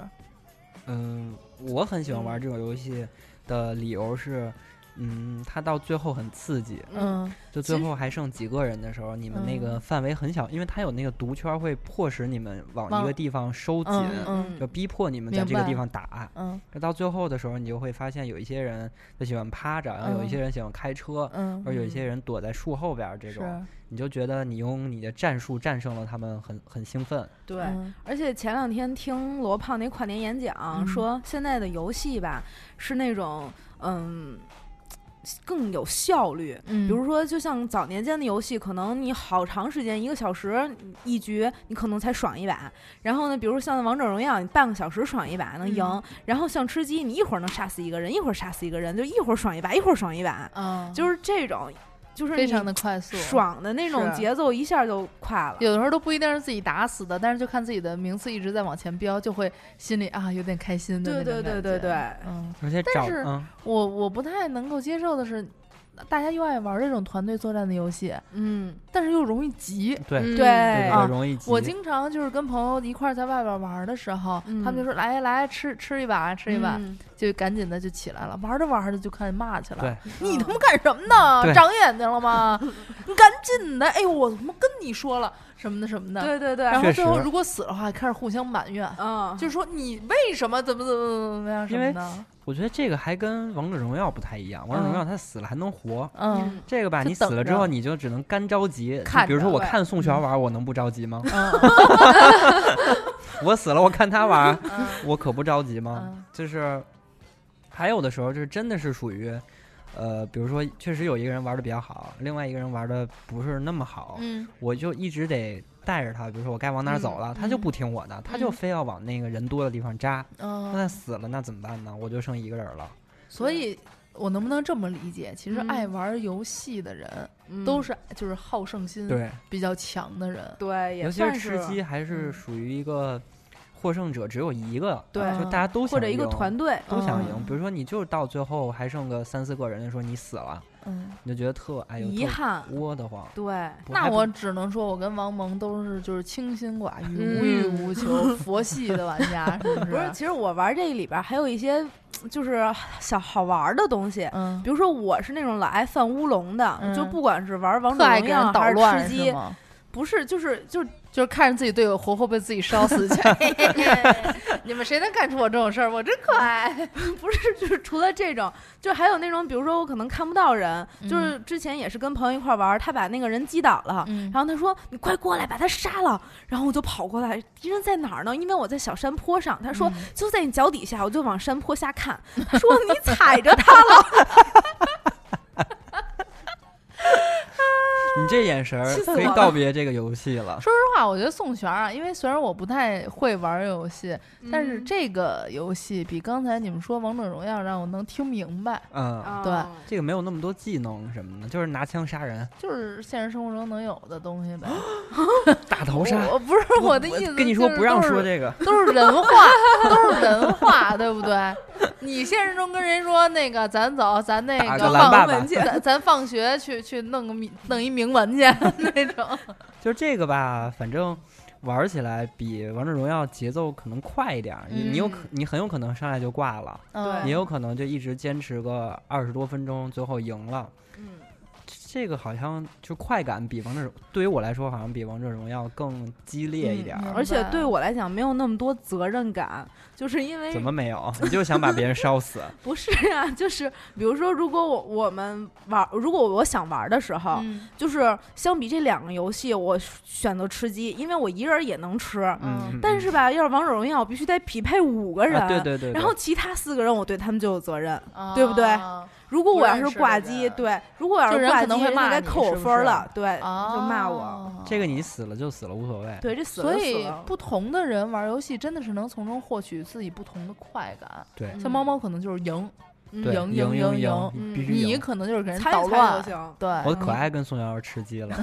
A: 嗯，我很喜欢
D: 嗯
A: 玩这种游戏的理由是，嗯，它到最后很刺激，
D: 嗯
A: 就最
D: 其实嗯
A: 后还剩几个人的时候，你们那个范围很小，因为它有那个毒圈儿会迫使你们往一个
D: 往
A: 地方收紧，
D: 嗯嗯
A: 就逼迫你们在这
D: 明
A: 个
D: 白
A: 地方打。
D: 嗯
A: 那到最后的时候，你就会发现有一些人就喜欢趴着，然后有一些人喜欢开车，
D: 嗯，
A: 而有一些人躲在树后边儿这
D: 是
A: 种，你就觉得你用你的战术战胜了他们很，很兴奋。
B: 对
D: 嗯
B: 而且前两天听罗胖那跨年演讲，
D: 嗯
B: 说现在的游戏吧是那种嗯更有效率，
D: 嗯，
B: 比如说，就像早年间的游戏，可能你好长时间，一个小时一局，你可能才爽一把。然后呢，比如像王者荣耀，你半个小时爽一把能赢；
D: 嗯
B: 然后像吃鸡，你一会儿能杀死一个人，一会儿杀死一个人，就一会儿爽一把，一会儿爽一把，
D: 嗯，
B: 就是这种，就是
D: 非
B: 你
D: 常的快速，。
B: 爽的那种
D: 是
B: 节奏，一下就快了。
D: 有的时候都不一定是自己打死的，但是就看自己的名次一直在往前飙，就会心里啊有点开心的
B: 对
D: 那种
B: 对对
D: 感
B: 对
D: 觉
B: 对
D: 嗯，
A: 而且找
D: 是
A: 嗯，
D: 我我不太能够接受的是，大家又爱玩这种团队作战的游戏，
B: 嗯，
D: 但是又容易急。
G: 嗯
A: 对，
B: 对
A: 对
D: 啊
A: 对，容易急。
D: 我经常就是跟朋友一块儿在外边玩的时候，
B: 嗯
D: 他们就说来来吃吃一把吃一把，
B: 嗯
D: 就赶紧的就起来了，玩着玩着就开始骂起来。
A: 对
D: 你他妈干什么呢？
A: 对
D: 长眼睛了吗？ 你赶紧的！哎呦，我他妈跟你说了什么的什么的。
B: 对对对，
D: 然后
A: 确
D: 最后
A: 实
D: 如果死的话，开始互相埋怨，
B: 嗯，
D: 就是说你为什么怎么怎么怎么样什么的。
A: 我觉得这个还跟王者荣耀不太一样，王者荣耀他死了还能活。
D: 嗯
A: 这个吧，
D: 就
A: 你死
D: 等
A: 了之
D: 着
A: 后，你就只能干着急。就
D: 看
A: 比如
D: 着
A: 说，我
B: 对
A: 看宋璇玩，我能不着急吗？
D: 嗯
A: 我死了，我看他玩，
D: 嗯
A: 我可不着急吗？
D: 嗯
A: 就是，还有的时候就是真的是属于，呃，比如说确实有一个人玩的比较好，另外一个人玩的不是那么好，
B: 嗯
A: 我就一直得带着他。比如说我该往哪儿走
D: 嗯
A: 了，他就不听我的，他就非要往那个人多的地方扎。那他
D: 嗯。
A: 死了，那怎么办呢？我就剩一个人了。
D: 所以，我能不能这么理解？其实
B: 嗯
D: 爱玩游戏的人都是就是好胜心
A: 对，
D: 比较强的人。
B: 对，
A: 尤
B: 也
A: 其
B: 算
A: 是吃鸡，还是
D: 嗯
A: 属于一个获胜者只有一个，
B: 对
A: 啊就大家都想
B: 或者一个
A: 赢
B: 团队，
A: 都想赢
D: 嗯。
A: 比如说，你就到最后还剩个三四个人，说你死了，
D: 嗯，
A: 你就觉得特哎呦
B: 遗憾，
A: 特窝得慌。
B: 对，
D: 那
A: 还不
D: 我只能说，我跟王蒙都是就是清心寡欲、无欲无求、佛系的玩家，是不是？啊
B: 不是，其实我玩这里边儿还有一些就是小好玩儿的东西，
D: 嗯，
B: 比如说我是那种老爱犯乌龙的，
D: 嗯
B: 就不管是玩王
D: 特
B: 者
D: 爱
B: 荣
D: 给
B: 耀
D: 人捣
B: 还
D: 乱
B: 是吃
D: 是
B: 鸡，
D: 吗？
B: 不是就是就是
D: 就是看着自己队友活活被自己烧死去， 你们谁能干出我这种事儿？我真可爱。
B: 不是就是除了这种，就还有那种比如说我可能看不到人，就是之前也是跟朋友一块儿玩儿，他把那个人击倒了。
D: 嗯，
B: 然后他说：“你快过来，把他杀了。”然后我就跑过来，敌人在哪儿呢？因为我在小山坡上。他说：“
D: 嗯
A: 嗯
B: 就在你脚底下。”我就往山坡下看。他说：“你踩着他 了。
A: 你这眼神儿
B: 气死
A: 可以
B: 我
A: 道别这个游戏了。
D: 说实话，我觉得宋璇啊，因为虽然我不太会玩游戏，
G: 嗯
D: 但
A: 嗯
D: 是这个游戏比刚才你们说王者荣耀让我能听明白，
A: 嗯，
D: 对
B: 哦
A: 这个没有那么多技能什么的，就是拿枪杀人、
D: 就是现实生活中能有的东西呗。
A: 大逃杀。
D: 我我不是我的意思，
A: 啊跟你说不让说
D: 这。
A: 这个，
D: 都是人话， 都是人话，对不对？你现实中跟人说那个，咱走，咱那
A: 打
D: 个
A: 个蓝
D: 放
A: 爸爸，
D: 咱咱放学去去弄个名弄一铭文 去那种。
A: 就这个吧，反正。玩起来比王者荣耀节奏可能快一点儿，你你有可你很有可能上来就挂了，
D: 嗯
A: 也有可能就一直坚持个二十多分钟，最后赢了。
B: 嗯，
A: 这个好像就快感比王者荣，对于我来说好像比王者荣耀更激烈一点儿。
D: 嗯
B: 而且
D: 明白
B: 对我来讲没有那么多责任感，就是因为
A: 怎么没有？ 你就想把别人烧死？
B: 不是啊， 就是比如说，如果我我们玩，如果我想玩的时候，
D: 嗯
B: 就是相比这两个游戏，我选择吃鸡，因为我一人也能吃。
A: 嗯，
B: 但是吧，要是王者荣耀，我必须得匹配五个人，
A: 啊、对对对对，
B: 然后其他四个人我对他们就有责任。
A: 嗯
D: 啊
B: 对不对如果我要是挂
D: 不认
B: 机，
D: 识的人
B: 对，如果我要
D: 就是人
B: 挂
D: 可能
B: 机，
D: 会
B: 人
D: 骂
B: 家该
D: 你
B: 扣我
D: 是不
B: 分儿
D: 是
B: 了，对，
D: 啊，
B: 就骂我。
A: 这个你死了就死了，无所谓。
B: 对，这死了
D: 所
B: 就死
D: 以
B: 了
D: 不同的人玩游戏真的是能从中获取自己不同的快感。
A: 对
B: 嗯
D: 像猫猫可能就是赢，
A: 对，
D: 赢
A: 赢
D: 赢
A: 赢，
D: 嗯
B: 赢
A: 必须
D: 你
A: 赢。
D: 可能就是给人
B: 参
D: 捣
B: 与参
D: 乱
B: 与就。行。
D: 对，
A: 我可爱跟宋瑶瑶吃鸡了，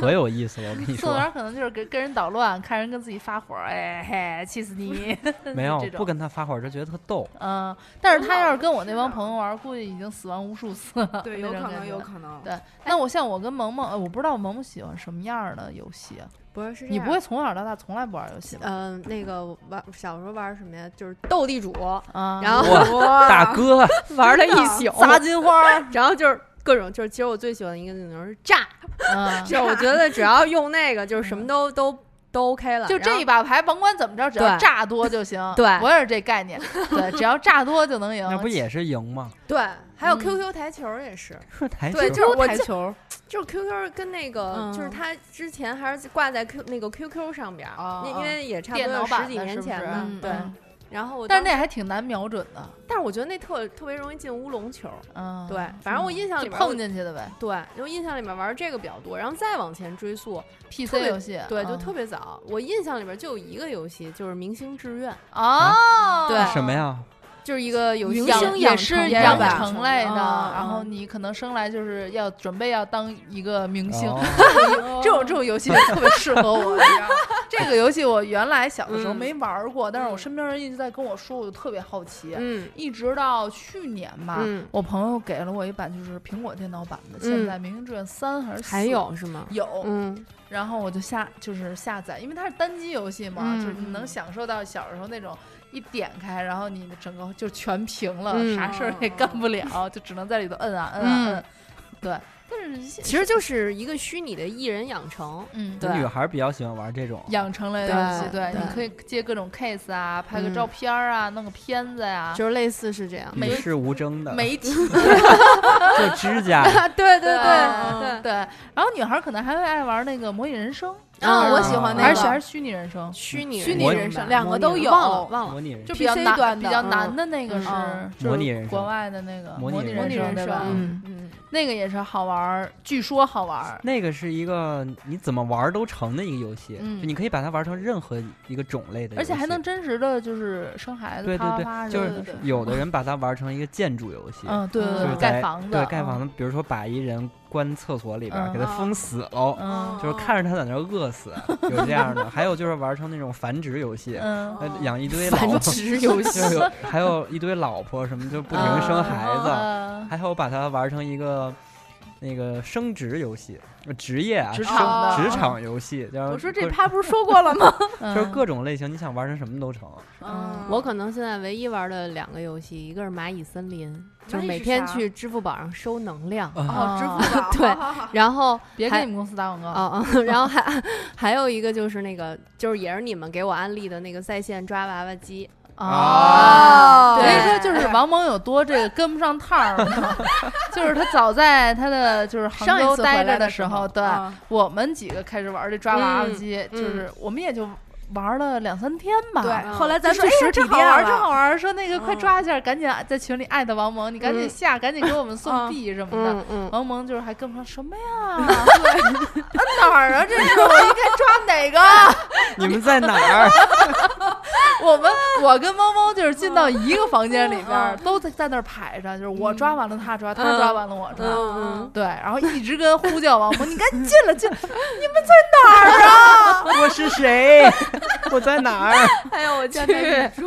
A: 可有意思了，我跟你
D: 宋
A: 说，
D: 元可能就是跟跟人捣乱，看人跟自己发火，哎嘿，气死你！
A: 没有
D: 这种
A: 不跟他发火，就觉得特逗。
D: 嗯，但是他要是跟我那帮朋友玩，估计已经死亡无数次了。
B: 对，
D: 那嗯
B: 有
D: 种
B: 可
D: 感觉
B: 能，有。可能。
D: 对，那我像我跟萌萌，呃我不知道萌萌喜欢什么样的游戏啊，
G: 不是是这
D: 你
G: 样
D: 不会从小到大从来不玩游戏吧？
G: 嗯、那个玩小时候玩什么呀？就是斗地主，
D: 啊，
G: 然后
A: 哇，大哥，
G: 玩了一宿，
D: 砸金花 儿，
G: 然后就是各种就是，其实我最喜欢的一个技能是炸，
D: 嗯，
G: 就是我觉得只要用那个，就是什么都都都 OK 了。
D: 就这一
G: 嗯一，
D: 把牌，甭管怎么着，只要
G: 对
D: 炸多就行。
G: 对
D: 我也是这概 念，对，只要炸多就能赢。
A: 那不也是赢吗？
G: 对，还有
D: 嗯
G: QQ 台球也是，
A: 说台球
G: 对，就是我
B: 哎台
G: 记
B: 球，
G: 就是 QQ 跟那个、
B: 嗯
G: 就是它之前还是挂在 Q 那个 QQ 上边儿，
D: 哦
G: 因
D: 哦
G: 因为也差不啊
D: 电
G: 多
D: 脑
G: 有
D: 版
G: 十
D: 的
G: 几年前了。
D: 是不是
G: 对，
D: 嗯
G: 然后我
D: 但是
G: 当
D: 那还挺难瞄准的，
G: 但是我觉得那特特别容易进乌龙球。
D: 嗯，
G: 对，反正我印象里
D: 就
G: 边
D: 碰进去的呗。
G: 对，就印象里面玩这个比较多，然后再往前追溯，
D: PC
G: 特别
D: 游戏，
G: 对，就
D: 嗯
G: 特别早。我印象里边就有一个游戏，就是《明星志愿》，
D: 哦，
G: 对
A: 什么呀？
G: 就是一个有
B: 明
G: 啊养
B: 星
G: 也
B: 养
G: 是
B: 成
D: 也
B: 的
G: 养
D: 养
B: 吧
D: 成类的，
B: 啊
D: 然后你可能生来就是要准备要当一个明星，
A: 哦
G: 这
D: 这
G: 种
D: 种
G: 这
D: 这
G: 种
D: 种游戏就特别适合我，你知道吗？这个游戏我原来小的时候
G: 嗯
D: 没玩过，但是我身边人一直在跟我说，我就特别好奇。
G: 嗯
D: 一直到去年吧，
G: 嗯
D: 我朋友给了我一版，就是苹果电脑版的，现在《明星志愿三》还是4
G: 还有是吗？
D: 有，
G: 嗯
D: 然后我就下就是下载，因为它是单机游戏嘛，
G: 嗯
D: 就是你能享受到小时候那种一点开，然后你的整个就全屏了，
G: 嗯
D: 啥事儿也干不了，就只能在里头摁啊摁啊摁。对，但是现
G: 其实就是一个虚拟的艺人养成，
D: 嗯
G: 对
A: 女孩儿比较喜欢玩这种，
D: 养成类的游戏，
G: 对
D: 对，
G: 对
D: 你可以接各种 case 啊，拍个
G: 嗯
D: 照片儿啊，弄个片子呀、
G: 就是类似是这样。
A: 与世无争的，
D: 媒体
A: 就指甲
G: 对对
D: 对对，然后女孩儿可能还会爱玩那个模拟人生
G: 啊
B: 我喜欢那个
D: 还是还是虚拟人生，
G: 虚拟
B: 虚拟
A: 模
B: 人生
G: 吧
B: 两个都有，
G: 忘了忘了。
A: 模拟人
D: 就
A: 生，
D: 比较
B: PC
D: 难
B: 端的
D: 比较难的那个
G: 嗯
D: 是、
B: 嗯
D: 就是
A: 模拟人生
D: 国外的那个
A: 模拟
D: 拟
A: 人
D: 人
B: 生
D: 对吧？
B: 嗯
G: 嗯，
D: 那个也是好玩儿，据说好玩 儿。
A: 那个是一个你怎么玩儿都成的一个游戏，
D: 嗯
A: 就你可以把它玩成任何嗯一个种类的游戏，
D: 而且还能真实的就是生孩子，
A: 对
D: 啪
A: 对
D: 啪啪
A: 对，就
D: 什么
A: 是
D: 的
A: 有的人把它玩成一个建筑游戏，
D: 嗯，对
G: 就
D: 对
A: 是
D: 对，
A: 在
D: 盖房子，
A: 对，盖房
D: 子，
A: 子，比如说把一人关厕所里边儿，
D: 嗯
A: 给他封死喽，
B: 哦
D: 嗯
A: 就是 看着他在那儿饿 死，有这样的。还有就是玩成那种繁殖游戏，
D: 嗯，
A: 呃养一堆老婆，
G: 殖游
A: 就是有还有一堆老婆什么，就不停生孩子。
D: 呃
A: 还有把它玩成一个那个升职游戏，呃职业啊，
D: 职
A: 升
D: 场的
A: 职场游戏。然后
B: 我说这
A: 各
B: 趴不是说过了吗？
A: 就是
D: 嗯
A: 各种类型，你想玩成什么都成。
D: 嗯
G: 我可能现在唯一玩的两个游戏，一个是蚂蚁森林，就是
B: 蚁
G: 每
B: 是
G: 天
B: 啥
G: 去支付宝上收能量，
D: 啊
B: 哦，支付宝
G: 对
B: 好好好
G: 然后
D: 嗯别
G: 还
D: 给你们公司打广告，
G: 啊、嗯， 然后还还有一个就是那个，就是也是你们给我安利的那个在线抓娃娃机，
D: 啊
B: 哦
D: 所以
G: 对
D: 说就是王蒙有多这个跟不上趟儿 嘛，就是他早在他的就是杭
B: 上一
D: 州
B: 次回来
D: 待着
B: 的
D: 时
B: 时候
D: 候，对
B: 嗯
D: 我们几个开始玩这抓娃娃
G: 嗯
D: 机，就
G: 嗯
D: 是我们也就玩了两三天吧，哎
B: 对，
G: 嗯
B: 后来咱
D: 咱
B: 去
D: 说
B: 实体
D: 这好
B: 店
D: 玩，这
B: 了
D: 好玩，说那个快
B: 嗯
D: 抓一下，赶紧啊在群里艾特王蒙，你赶紧
G: 嗯
D: 下，赶紧给我们送
B: 嗯
D: 币什么的。
G: 嗯嗯，
D: 王蒙就是还跟不上什么 呀？ 哪儿啊？这是我应该抓哪个？
A: 你们在哪儿？
D: 我们我跟猫猫就是进到一个房间里边儿
B: 嗯，
D: 都在在那儿排着，就是我抓完了他抓，他抓完了我抓。
G: 嗯
D: 对，然后一直跟呼叫王蒙，你赶紧进 来进来。
A: 我是谁？ 我在哪儿？
G: 哎呦我去，
A: 你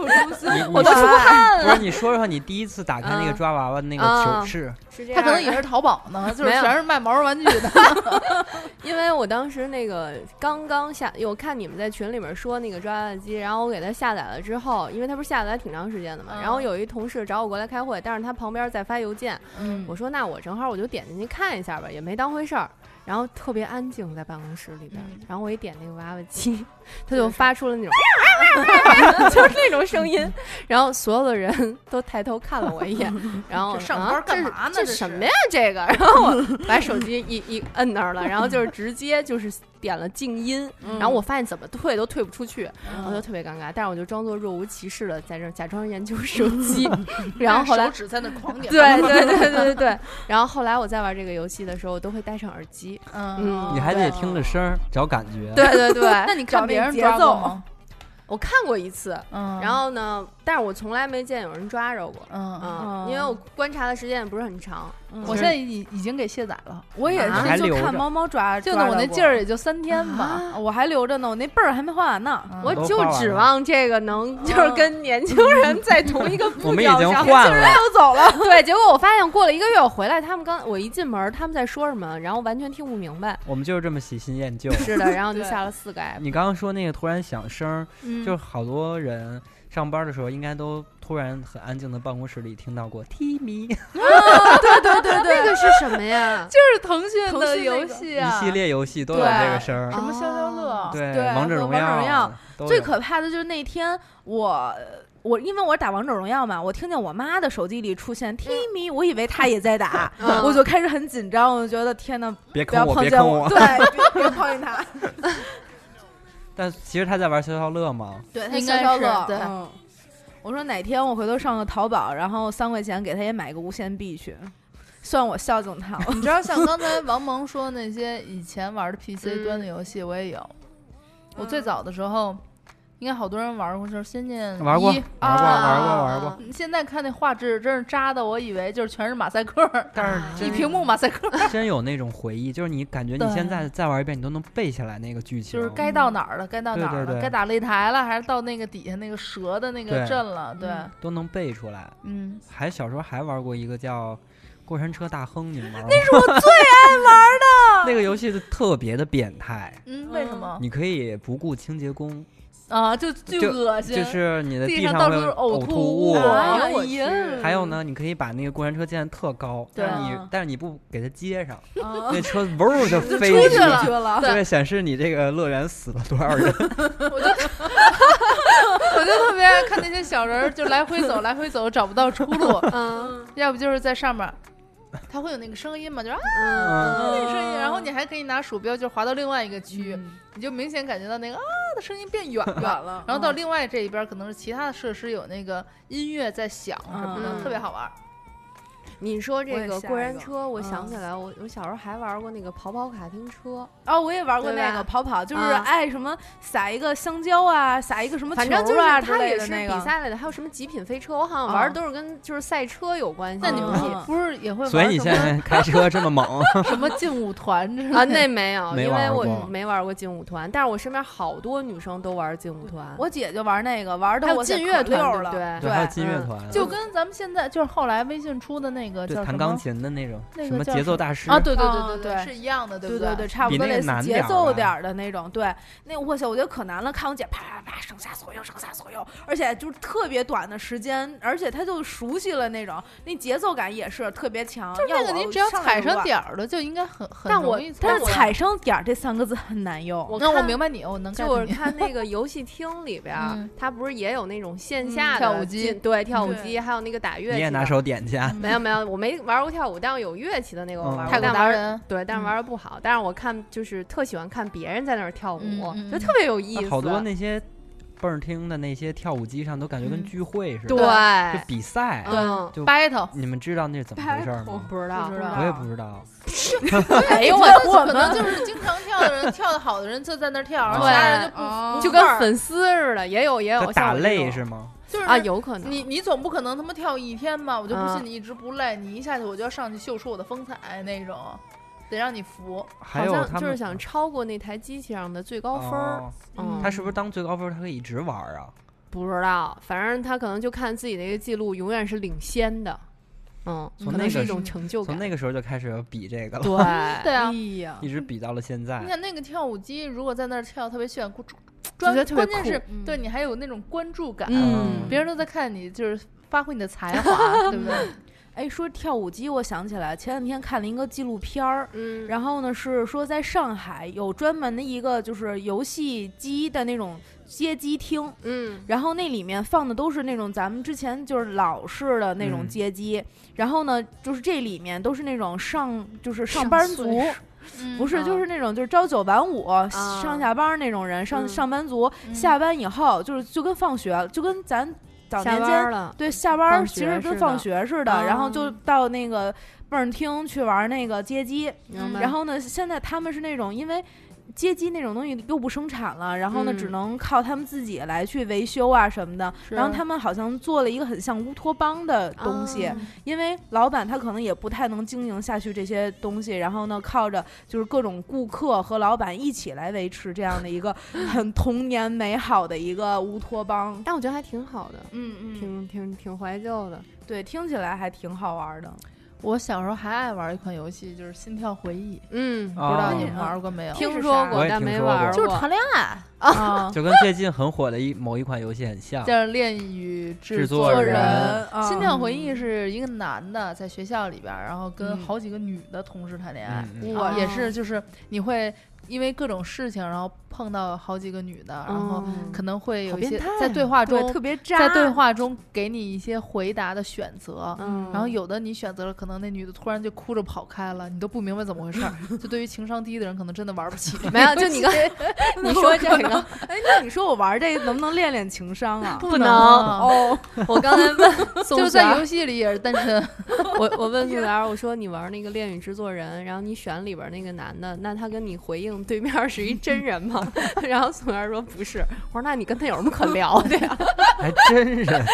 A: 你
D: 我都出汗
A: 不是你说说你第一次打开那个
G: 嗯
A: 抓娃娃那个
G: 啊
A: 糗事，
G: 是这
D: 他
G: 样，
D: 可能也是啊淘宝呢，就是
G: 没有
D: 全是卖毛绒玩具的。
G: 因为我当时那个刚刚下，我看你们在群里面说那个抓娃娃机，然后我给它下载了之后，因为它不是下载挺长时间的嘛，
D: 嗯
G: 然后有一同事找我过来开会，但是他旁边在发邮件，
D: 嗯
G: 我说那我正好我就点进去看一下吧，也没当回事儿。然后特别安静在办公室里边，
D: 嗯
G: 然后我一点那个娃娃机，它就发出了那种，就是那种声音，然后所有的人都抬头看了我一眼，然后
D: 这上
G: 啊这
D: 班干
G: 是
D: 嘛呢
G: 这
D: 这
G: 什
D: 是
G: 么呀？这个，然后我把手机一一摁那儿了，然后就是直接就是点了静音，然后我发现怎么退都退不出去，我就特别尴尬，但是我就装作若无其事的在这儿假装研究手机，然后后来
D: 手指在那狂点，
G: 对对对对对对。然后后来我在玩这个游戏的时候，我都会戴上耳机。
D: 嗯，
A: 你还得听着声儿找感觉。
G: 对对 对，
D: 那你看
B: 找那
D: 别人
B: 节
D: 抓过
B: 奏
D: 吗？
G: 我看过一次，
D: 嗯，
G: 然后呢，但是我从来没见有人抓着过。
D: 嗯，
G: 嗯，因为我观察的时间也不是很长。
B: 嗯
D: 我现在已已经给卸载了，
B: 我也
A: 啊还
B: 是就
A: 留着
B: 看猫猫抓，
D: 就
B: 抓
D: 那我
B: 着
D: 那
B: 过
D: 劲，儿也就三天吧。
B: 我还留着呢，我那辈儿还没画完呢。
D: 嗯
G: 我
A: 都
G: 就
A: 画完
G: 指
A: 了
G: 望这个能就是
D: 哦
G: 跟年轻 人在同一个
A: 我
G: 步
A: 们已
G: 调
A: 经
G: 上。
A: 换了，
B: 都走了，
G: 对，结果我发现过了一个月，我回来，他们刚我一进门，他们在说什么，然后完全听不明白。
A: 我们就是这么喜新厌旧。
G: 是的，然后就
D: 对
G: 下了四个 app。
A: 你刚刚说那个突然响声儿，
D: 嗯
A: 就是好多人上班的时候，应该都突然很安静的办公室里听到过 E” 踢咪一
G: 那个是什么 呀？
D: 就是腾讯
B: 腾
D: 的
B: 讯
D: 游
B: 那个
D: 戏啊，
A: 系列游戏都有这个声儿
G: 对。
D: 什么消消乐，
A: 对，
B: 哦对
A: 王者
B: 和
A: 荣啊
B: 王者荣耀
A: 都
B: 最
A: 有
B: 可怕的就是那天我。我因为我打王者荣耀嘛，我听见我妈的手机里出现 t i 我以为她也在打，
G: 嗯
B: 我就开始很紧张，我就觉得天呐，
A: 别
B: 不要
A: 坑我，
B: 碰
A: 别
B: 见
A: 坑
B: 我，
A: 我。
B: 对，别别碰见她。
A: 但其实他在玩消消乐嘛，
B: 对
D: 他
B: 他
D: 应
B: 消
D: 该
B: 消
D: 是
B: 乐，
D: 对
B: 嗯我说哪天我回头上个淘宝，然后三块钱给他也买个无线币去，算我孝敬他了。
D: 你知道 像刚才王蒙说那些以前玩的 PC
G: 嗯
D: 端的游戏，我也有。我
B: 嗯
D: 最早的时候应该好多人玩过，就是《仙剑》
A: 玩过
D: 一
A: 玩过
D: 啊
A: 玩过玩过，
D: 现在看那画质真是渣的，我以为就是全是马赛克儿，
B: 啊
A: 但是
D: 一
A: 真
D: 屏幕马赛 克儿，
A: 真有那种回忆，就是你感觉
D: 对
A: 你现在再玩一遍，你都能背下来那个剧情。
D: 就是该到哪儿了，该到哪儿
A: 对对
D: 了，
A: 对
D: 该打擂台了，还是到那个底下那个蛇的那个
A: 对
D: 阵了，对，
B: 嗯
A: 都能背出来。
D: 嗯，
A: 还小时候还玩过一个叫《过山车大亨》，你们玩过吗？那是我最爱玩的。 那个游戏是特别的变态，
D: 嗯，为什么
A: 你可以不顾清洁工，
D: 啊？就巨
A: 就
D: 恶心，
A: 就是你的
D: 地
A: 上
D: 上到
A: 会
D: 处
A: 有
D: 是
A: 呕
D: 呕
A: 吐
D: 物
A: 物。
D: 啊
G: 哎呦我
D: 哎
G: 去
D: 呀
A: 还有呢，你可以把那个过山车建得特高，
D: 对
A: 但是
B: 啊
A: 你但是你不给它接上，
B: 啊
A: 那车嗡就飞
D: 出去
A: 去
D: 了
B: 去 了，
A: 就会显示你这个乐园死了多少人。
D: 我就特别爱看那些小人儿，就来回走，来回走，找不到出 路，
G: 嗯
D: 要不就是在上面儿，它会有那个声音嘛，就是啊
A: 嗯
D: 那个声音，然后你还可以拿鼠标就滑到另外一个区域，
B: 嗯
D: 你就明显感觉到那个啊的声音变远
B: 远
D: 了。
B: 了，
D: 然后到另外这一边儿，可能是其他的设施有那个音乐在响什么的，
G: 嗯
D: 特别好玩儿。
G: 你说
B: 我
G: 这
B: 也
G: 个
B: 下
G: 过
B: 一
G: 山
B: 个
G: 车，我想
B: 嗯
G: 起来，我我小时候还玩过那个跑跑卡丁车，
B: 哦，我也玩过
G: 对
B: 那
G: 吧
B: 个跑跑，就是
G: 啊
B: 爱什么撒一个香蕉啊，撒一个什么
G: 反正就
B: 球
G: 是
B: 啊之
G: 它
B: 类
G: 也
B: 的
G: 是
B: 那
G: 比
B: 个。
G: 赛类的，还有什么极品飞车，我好像玩的都是跟就是赛车有关系
D: 那
G: 的
D: 你
G: 游
D: 们
G: 戏
B: 嗯
D: 不是也会玩
A: 所以你
D: 什
A: 现在开车这么猛，
D: 么 什么劲舞团之类的
G: 啊？那没有，
A: 没
G: 因为
A: 玩
G: 我
A: 过
G: 没玩过劲舞团，但是我身边好多女生都玩劲舞团，
B: 我姐就玩那个，玩的
G: 还有
B: 我
G: 劲
B: 可
G: 乐团
B: 溜
G: 对不
B: 了，
G: 对
A: 还有
B: 对，
A: 劲乐
G: 嗯
A: 团，
D: 就跟咱们现在就是后来微信出的那个
A: 对
D: 叫什
A: 弹
D: 么
A: 钢琴的那种，
D: 那
A: 什
D: 个
A: 么
D: 叫
A: 节
D: 什
A: 奏
D: 么
A: 大师
D: 啊？对对
B: 啊
D: 对
B: 对
D: 是一样的，对不
B: 对对对，差不
A: 比
B: 多
A: 那
B: 类
A: 个
B: 似
A: 难
B: 节
A: 点儿
B: 奏
A: 吧
B: 点儿的那种。对，那我去，我觉得可难了，看我姐啪啪啪上下左右上下左右，而且就是特别短的时间，而且她就熟悉了那种，那节奏感也是特别强。
D: 就是
B: 啊要
D: 那个
B: 我
D: 你只要
B: 上啊来
D: 踩
B: 就
D: 上
B: 乱
D: 点儿了，就应该很很
G: 但我
D: 容易
B: 但
D: 踩
B: 是踩上点儿这三个字很难用。
G: 我
D: 那我
G: 看
D: 明白你，我能 get
G: 就是
D: 你。
G: 看那 个游戏厅里边儿
D: 嗯，
G: 它不是也有那种线
D: 嗯
G: 下的
D: 跳舞机
G: 进对跳舞
B: 对
G: 机，还有那个打乐器
A: 你也拿
G: 的
A: 手点去啊，
G: 没有没有，我没玩过跳舞，但是有乐器的那个我
A: 嗯
G: 玩过，
D: 泰国
G: 但
D: 达
G: 玩
D: 人，
G: 对，但是玩的不好。但是我看就是特喜欢看别人在那儿跳舞，
D: 嗯嗯
G: 就
D: 嗯
G: 特别有意思。
A: 啊好多那些倍儿厅的那些跳舞机上都感觉跟
D: 嗯
A: 聚会似的，
G: 对，
A: 就比赛。
G: 嗯，
A: 就
D: battle，
A: 你们知道那是怎么回事儿吗？
G: 不知道
D: 不知道
A: 我也不知道，
B: 哎呦
D: 我
B: 我
D: 可
B: 我
D: 能就是经常跳的人，跳的好的人就在那儿跳，然后
G: 对
D: 其他人就
B: 哦
D: 不
G: 就跟粉丝似的，也有也有
A: 这打
G: 累
A: 擂是吗？
D: 就是
G: 啊，。有可能
D: 你你总不可能他妈跳一天吧？我就不
G: 啊
D: 信
B: 嗯
D: 你一直不累，你一下去我就要上去秀出我的风采那种，得让你服。
A: 还
G: 好
A: 有
G: 像
A: 他
G: 就是
A: 们
G: 想超过那台机器上的最高分儿。
A: 哦
G: 嗯，
A: 他是不是当最高分儿他可以一直玩儿啊？
G: 不知道？反正他可能就看自己的一个记录，永远是领先的。嗯，
A: 从
G: 可
A: 那
G: 能是
A: 个
G: 一
A: 时
G: 种成就
A: 从
G: 感。
A: 那个时候就开始有比这个了，
G: 对，
D: 对啊
B: 哎，呀，
A: 一直比到了现在
D: 你。看那个跳舞机，如果在那儿跳特别炫，咕咕
G: 觉
D: 专
G: 得特别
D: 关键
G: 酷
D: 是
B: 嗯
D: 对你还有那种关注感，
G: 嗯，
D: 别人都在看你，就是发挥你的才 华，对不对？
B: 哎，说跳舞机，我想起来前两天看了一个纪录片儿，
G: 嗯，
B: 然后呢是说在上海有专门的一个就是游戏机的那种街机厅，
G: 嗯，
B: 然后那里面放的都是那种咱们之前就是老式的那种
A: 嗯
B: 街机，然后呢就是这里面都是那种上就是上班
G: 岁
B: 族，不是
G: 啊
B: 就是那种就是朝九晚五、上下班那种人，上
G: 嗯
B: 上班族、
D: 嗯
B: 下班以后就是就跟放学就跟咱早
G: 下
B: 年
G: 班
B: 间
G: 儿了，
B: 对，下班儿
G: 放
B: 其
G: 学
B: 实
G: 似
B: 跟
G: 的
B: 放学似的，然后就
G: 嗯
B: 到那个蹦儿厅去玩那个街机。
G: 明白
B: 然后呢，现在他们是那种因为。街机那种东西又不生产了，然后呢，
G: 嗯
B: 只能靠他们自己来去维修啊什么的。
D: 是
B: 然后他们好像做了一个很像乌托邦的东西，
G: 啊
B: 因为老板他可能也不太能经营下去这些东西，然后呢，靠着就是各种顾客和老板一起来维持这样的一个 很童年美好的一个乌托邦。
G: 但我觉得还挺好的，
B: 嗯嗯，
G: 挺挺挺怀旧的。
B: 对，听起来还挺好 玩的。
D: 我小时候还爱玩一款游戏，就是《心跳回忆》，
G: 嗯，
D: 不知道
A: 哦
D: 你们玩过没有？
B: 听
G: 听
B: 是
G: 说
B: 啥
A: 我
G: 过，
A: 也
G: 但
A: 听
G: 没
A: 说
G: 玩
A: 过
G: 儿
D: 就是
G: 过
D: 谈恋爱，
B: 啊，
A: 就跟最近很火的一某一款游戏很像
D: 叫，《恋与制
A: 制作
D: 作
A: 人
B: 啊
D: 心跳回
G: 嗯
D: 忆》是一个男的在学校里边儿，然后跟
B: 嗯
D: 好几个女的同事谈恋
G: 啊
D: 爱，啊
A: 嗯嗯
B: 我
D: 也是就是你会因为各种事情，然后碰到好几个女的，然后
G: 嗯
D: 可能会有一
G: 好
D: 些
G: 变态啊
D: 在对话
B: 对
D: 中，
B: 特别渣，啊
D: 在对话中给你一些回答的选择。
G: 嗯，
D: 然后有的你选择了，可能那女的突然就哭着跑开了，你都不明白怎么回 事儿。就对于情商低的人，可能真的玩不起。
G: 没有？就 你刚 你说这 个
B: 哎，那你说我玩这个能不能练练情商啊？
G: 不能，
B: 哦，
G: 我 刚才问宋
D: 就
G: 璇
D: 是在
G: 儿，
D: 游戏里也是单身。
G: 我我问宋璇儿，我说你玩那个《恋与制作人》，然后你选里边那个男的，那他跟你回应我们对面是一真人吗？ 然后宋元说不是，我说那你跟他有什么可聊的呀？
A: 还真是。
B: 啊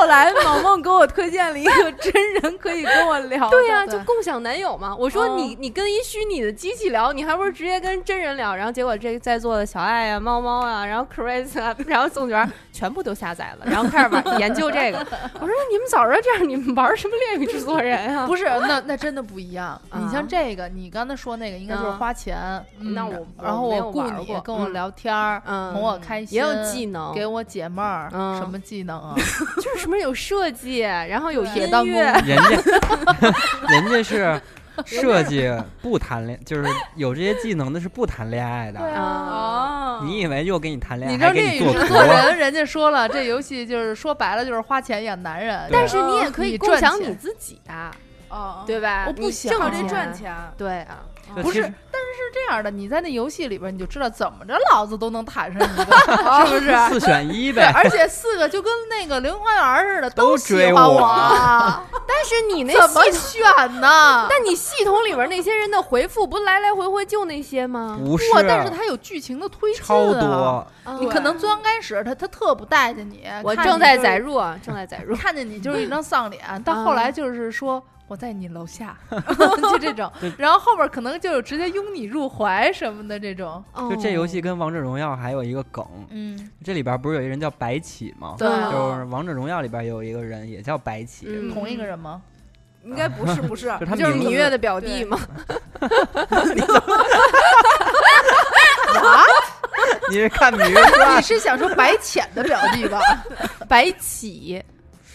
B: 后来萌萌给我推荐了一个真人可以跟我
D: 哦
B: 聊的，
G: 对啊呀、就共享男友嘛。我说
B: 嗯
G: 你、你跟一虚拟的机器聊，你还不如直接跟真人聊。然后结果这在座的小爱啊、猫猫啊，然后 Chris 啊， 然后宋娟全部都下载了，然后开始玩 研究这个。我说你们早知道这样，你们玩什么恋与制作人 啊？
D: 不是，那那真的不一样。你
G: 啊
D: 像这个，你刚才说那个，应该就是
G: 嗯
D: 花钱。嗯
G: 那我
D: 然后
G: 我没有
D: 我雇
G: 玩
D: 你
G: 过
D: 跟我
G: 嗯
D: 聊天儿，
G: 嗯
D: 哄我开心，
G: 也有技能，
D: 给我解闷儿。
G: 嗯
D: 什么技能啊？
G: 就是什么有设计，然后有
D: 铁
G: 音
D: 弹
G: 乐，
A: 人家人家是设计不谈恋，就是有这些技能的是不谈恋爱的。
G: 啊，
D: 哦
A: 你以为又跟你谈恋
D: 嗯
A: 爱，
D: 你知道
A: 还
D: 恋
A: 给
D: 与
A: 做
D: 制
A: 图
D: 作？人，人家说了，这游戏就是说白了就是花钱养男人。
A: 对
G: 但是你也可以
D: 你
G: 共
D: 赚
G: 享
D: 钱
G: 你自己啊，
B: 哦，
G: 对吧？
D: 我不
G: 你
D: 想
G: 挣
B: 靠这赚。钱，
G: 对啊，
A: 就
D: 不
A: 其
D: 是
A: 实
D: 是这样的，你在那游戏里边你就知道怎么着，老子都 能谈上一个，是不是？
A: 四选一
D: 对，
A: 呗。
D: 而且四个就跟那个零花园似的，
A: 都
D: 喜
A: 追
D: 欢
A: 我
D: 我
G: 但是你那
D: 怎么
G: 系统，
D: 选呢？
G: 但你系统里边那些人的回复不来来回回就那些吗？
A: 不是，
D: 哇，但是它有剧情的推进、啊，
A: 超多。
D: 你可能最刚开始他他特不待见你，
G: 我嗯
D: 看见
G: 正在
D: 就是
G: 载入，啊，正在载入。嗯
D: 看见你就是一张 丧脸，到后来就是说。我在你 楼下，就这种
A: 对，
D: 然后后边可能就有直接拥你入怀什么的这种，
A: 就这游戏
G: 哦，
A: 跟王者荣耀还有一个梗，
D: 嗯，
A: 这里边不是有一人叫白起吗？
D: 对，
B: 嗯
G: 啊
A: 就是王者荣耀里边有一个人也叫白起，
G: 嗯
D: 同一个人吗？
B: 应该不是 不是，
A: 就他
G: 就是
A: 名
G: 芈
A: 字
G: 月的表弟嘛，
A: 你是看芈月 传
D: 你是想说白浅的表弟吧？
G: 白起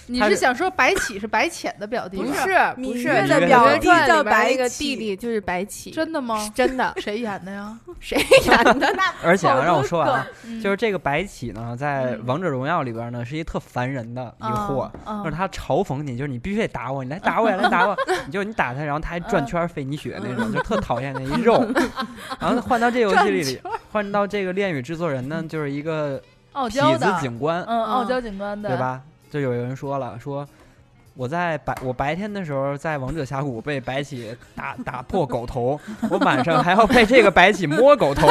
D: 你
A: 他
D: 是
A: 是
D: 想说白起是白浅的表弟
G: 不
D: 吗？
G: 是
B: 芈
G: 不是
B: 月
A: 的
G: 《
A: 表
G: 芈月
B: 弟
G: 传》
B: 叫
G: 里边
B: 白
G: 那个弟
B: 起
G: 弟就是白起，
D: 真的吗，
G: 是？真 的
D: 谁演的呀？
G: 谁演的？
A: 而且
G: 好
A: 啊，
G: 多
A: 让我说完啊，
D: 嗯
A: 就是这个白起呢，在王者荣耀里边呢是一特烦人的一货，
D: 嗯
A: 就是他嘲讽你，就是你必须得打我，你来打我呀，来打 我，你就你打他，然后他还转圈儿费你血那
D: 嗯
A: 种，就特讨厌那一 肉。然后换到这游戏里，换到这个恋与制作人呢，就是一个
D: 傲娇
A: 痞
D: 的，
A: 子警官，
D: 嗯，傲娇警官的，
A: 对？吧？就有人说了，说我在白我白天的时候在王者峡谷被白起打打破狗 头，我晚上还要被这个白起摸狗头，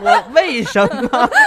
A: 我为什么？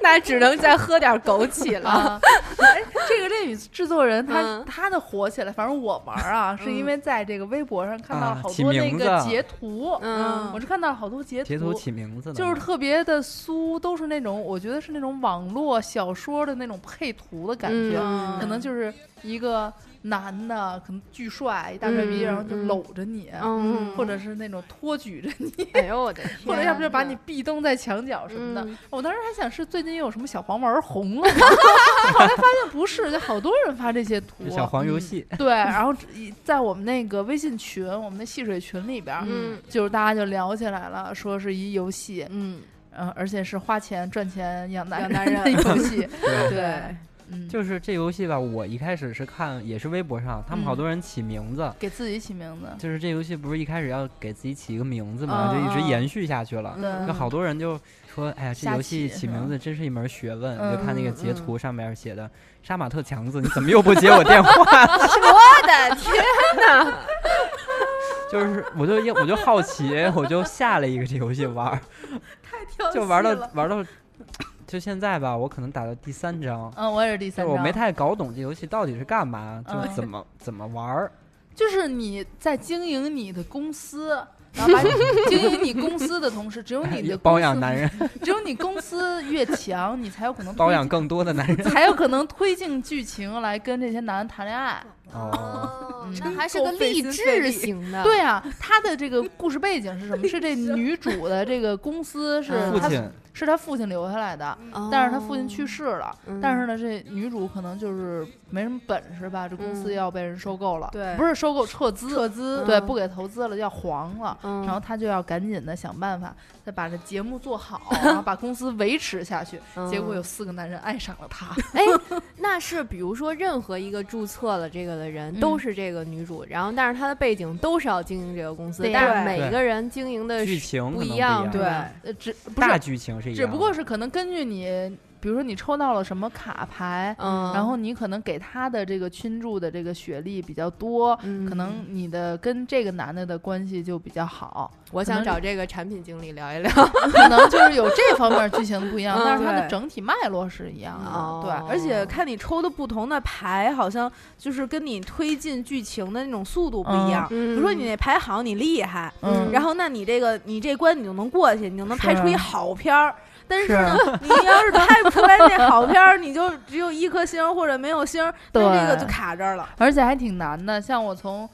G: 那只能再喝点枸杞了。
D: 啊，哎这个恋与制作人他
G: 嗯
D: 他的火起来，反正我玩啊，是因为在这个微博上看到
A: 啊
D: 好
A: 起
D: 多那
A: 名字
D: 个截图，
G: 嗯
D: 我是看到了好多截
A: 截图起名字的
D: 就是
A: 吗
D: 特别的酥，都是那种我觉得是那种网络小说的那种配图的感觉，
G: 嗯
D: 可能就是一个男的，可能巨帅，一大帅逼，
G: 嗯
D: 然后就
G: 嗯
D: 搂着你，
G: 嗯
D: 或者是那种托举着你，
G: 哎呦我的天，
D: 或者要不就把你壁咚在墙角什么的。
G: 嗯
D: 我当时还想是最近有什么小黄文红了吗， 后来发现不是，就好多人发这些图
A: 就。小黄游戏，
D: 对，然后一在我们那个微信群，我们的戏水群里边儿，
G: 嗯
D: 就是大家就聊起来了，说是一游戏，
G: 嗯，
D: 嗯，而且是花钱赚钱养男
G: 养
D: 人
G: 男
D: 的
G: 人
D: 游戏，
A: 对
D: 对，嗯，
A: 就是这游戏吧，我一开始是看也是微博上，他们好
D: 嗯
A: 多人起名字。
D: 给自己起名字，
A: 就是这游戏不是一开始要给自己起一个名字嘛，
D: 嗯
A: 就一直
D: 嗯
A: 延续下去了。
D: 对
A: 那好多人就说：“哎呀，这
D: 瞎
A: 游戏
D: 起是
A: 起
D: 吧
A: 名字真是一门学问。”
D: 嗯
A: 你就看那个截
G: 嗯
A: 图上面写的“杀马特强子”，你怎么又不接我电话？
G: 我的天，
A: 就是我就我就好奇，我就下了一个这游戏玩儿，就玩到玩到就现在吧，我可能打到第三章。
D: 嗯，我也是第
A: 但
D: 三
A: 是
D: 章，
A: 我没太搞懂这游戏到底是干嘛，就是
D: 嗯
A: 怎么、怎么玩儿。
D: 就是你在经营你的公司，然后把经营你公司的同时，只有 你的
A: 包
D: 公
A: 养
D: 司
A: 男，人，
D: 只有你公司越强，你才有可能
A: 包
D: 推
A: 养更多的男 人。
D: 进，才有可能推进剧情来跟这些男人谈恋爱。
A: 哦，
D: 嗯
G: 那还是个励志型的，
D: 对啊，他的这个故事背景是什么？是这女主的这个公司是
G: 嗯
A: 父
D: 她
A: 亲
D: 是她父亲留下来的，
G: 哦，
D: 但是她父亲去世了。
G: 嗯
D: 但是呢，这女主可能就是没什么本事吧，这公司
G: 嗯
D: 要被人收购了，
B: 对
D: 不是收购撤资，撤资对，
G: 嗯
D: 不给投资了，要黄了。
G: 嗯，
D: 然后她就要赶紧的想办法，再把这节目 做好，然后把公司维持下去。
G: 嗯
D: 结果有四个男人爱上了她，
G: 那是比如说任何一个注册了这个的人
D: 嗯
G: 都是这个女主，然后但是她的背景都是要经营这个公司
D: 对，
G: 但是每一个人经营的
A: 剧
G: 是
A: 情可能
G: 不
A: 不
G: 一
A: 一
G: 样
A: 样
G: 对
D: 呃，只不
A: 大啊
D: 是，
A: 剧情是一样的，
D: 只不过是可能根据你比如说你抽到了什么卡牌，
G: 嗯，
D: 然后你可能给他的这个倾注的这个血力比较多，
G: 嗯
D: 可能你的跟这个男的的关系就比较好，
G: 我
D: 可
G: 想
D: 能
G: 找这个产品经理聊一聊。
D: 可能就是有这方面剧情不一样
G: 嗯，
D: 但是它的
B: 对
D: 整体脉络是一样的，
G: 哦
D: 对。
B: 而且看你抽的不同的牌，好像就是跟你推进剧情的那种速度不一样。
G: 嗯
B: 比如说你那牌好，你厉害，
D: 嗯，
B: 然后那你这个你这关你就能过去，你就能拍出
D: 是
B: 一好片儿。但是呢，你要是拍不出来那好片儿，你就只有一颗星或者没有星，那这个
D: 对
B: 就卡这儿了。
D: 而且还挺难的。像我从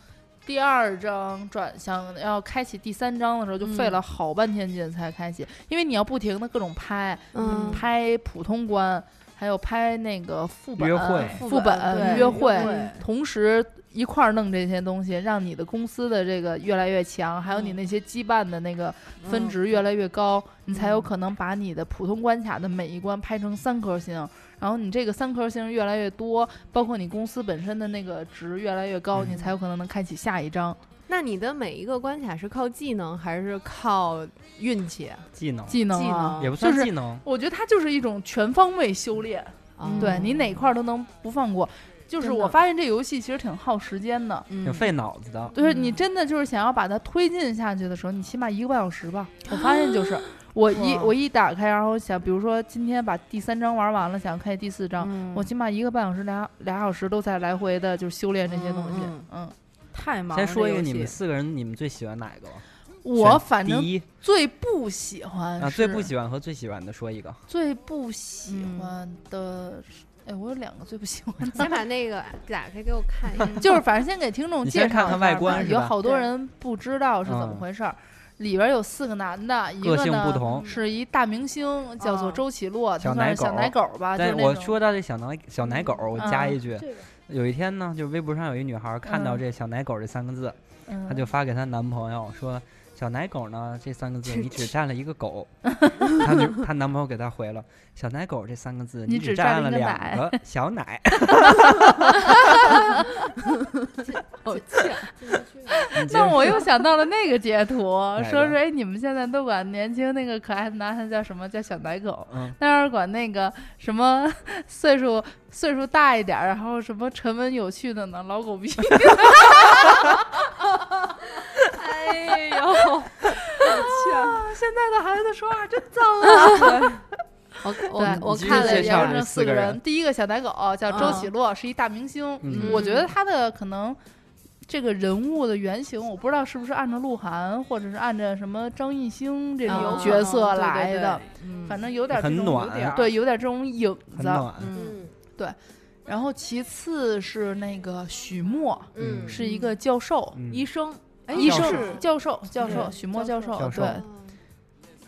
D: 第二章转想要开启第三章的时候，就费了好半天劲才开启，因为你要不停的各种拍，
G: 嗯
D: 拍普通关，还有拍那个副本、
A: 约会
D: 副本、
B: 对
D: 约
B: 约
D: 会，
B: 会
D: 同时。一块儿弄这些东西，让你的公司的这个越来越强，还有你那些羁绊的那个
B: 嗯
D: 分值越来越高，你才有可能把你的普通关卡的每一关拍成三颗星，然后你这个三颗星越来越多，包括你公司本身的那个值越来越高，
A: 嗯
D: 你才有可能能开启下一章
G: 那你的每一个关卡是靠技能还是靠运气啊？
A: 技能
D: 技能
G: 技
D: 啊，
G: 能
A: 也不算
D: 就是
A: 技能，
D: 我觉得它就是一种全方位修炼，
G: 哦
D: 对你哪块儿都能不放过。就是
G: 真的嗯
D: 我发现这游戏其实挺耗时间的，
A: 挺费脑子的。
D: 就是你真的就是想要把它推进下去的时候，你起码一个半小时吧。我发现就是我一
G: 哇
D: 我一打开，然后想，比如说今天把第三章玩完了，想开第四章，
B: 嗯
D: 我起码一个半小时俩俩小时都在来回的就是修炼这些东西。
B: 嗯
D: 嗯，
B: 太忙了。
A: 先说
B: 这
A: 一
B: 游
A: 个，
B: 戏
A: 你们四个人，你们最喜欢哪一个吧？
D: 嗯我
A: 选
D: 反正
A: 第一
D: 最不喜欢
A: 啊，最
D: 是
A: 不喜欢和最喜欢的说一个。
D: 最不喜欢的是，哎，我有两个最不喜欢的，
G: 先把那个打开给我看一下。
D: 就是反正先给听
A: 你
D: 众介
A: 先
D: 绍
A: 看
D: 一
A: 看
D: 下
A: 外
D: 吧
A: 观是
D: 有
A: 吧
D: 好多
G: 对
D: 人不知道是怎么
A: 嗯
D: 回事儿。里边有四个男的，嗯一
A: 个
D: 个
A: 性不
D: 呢
A: 同
D: 是一大明星，叫做
B: 啊
D: 周启洛，他
A: 小
D: 算
A: 奶
D: 是小
A: 狗
D: 奶狗吧，啊就是
A: 但
D: 那
A: 我
D: 种嗯
A: 说到这小奶小奶狗，我加一句，
D: 这个
B: 嗯
A: 有一天呢，就微博上有一女孩看到
D: 嗯
A: 这“小奶狗”这三个字，她
D: 嗯
A: 就发给她男朋友说：“小奶狗呢，这三个字你只占了一个 狗。”她就她男朋友给她回了：“小奶狗这三个字
D: 你只
A: 只占
D: 占了
A: 了
D: 一个
A: 两
D: 奶
A: 个小奶，
G: 好贱，
A: 你接着
D: 那
A: 说
D: 我又想到了那个截图，
A: 哪
D: 说
A: 个
D: 说哎，你们现在都管年轻那个可爱的男孩子叫什么？叫小奶狗。
A: 嗯
D: 但要是管那个什么 岁数岁数大一点儿，然后什么沉稳有趣的呢，老狗逼。
G: 哎 呦！
D: 啊现在的孩子说话真脏啊！
G: 我
D: 对
G: 我我
A: 你继续
G: 看了
A: 介
G: 一
A: 绍
G: 下
A: 这
D: 这
A: 四
D: 四
A: 个
D: 个
A: 人啊
D: 人，第一个小奶狗叫周启洛，是一大明星。
A: 嗯
D: 我觉得他的可能。这个人物的原型，我不知道是不是按照鹿晗，或者是按照什么张艺兴这
G: 有
B: 啊
D: 种
G: 可
D: 啊角
G: 能
D: 色
G: 对对
D: 来
G: 对
D: 的，反正有点
A: 很
D: 这种
A: 暖啊
D: 有点对，有点这种影
A: 很
D: 子。
A: 暖，啊
G: 嗯
D: 然后其次是那个许墨，
A: 嗯
G: 嗯
D: 是一个教授，
A: 嗯
B: 医生，哎
D: 医
A: 教
D: 生教授教
G: 对
D: 授许墨
G: 教
D: 教
G: 授
D: 授，
A: 教授
D: 对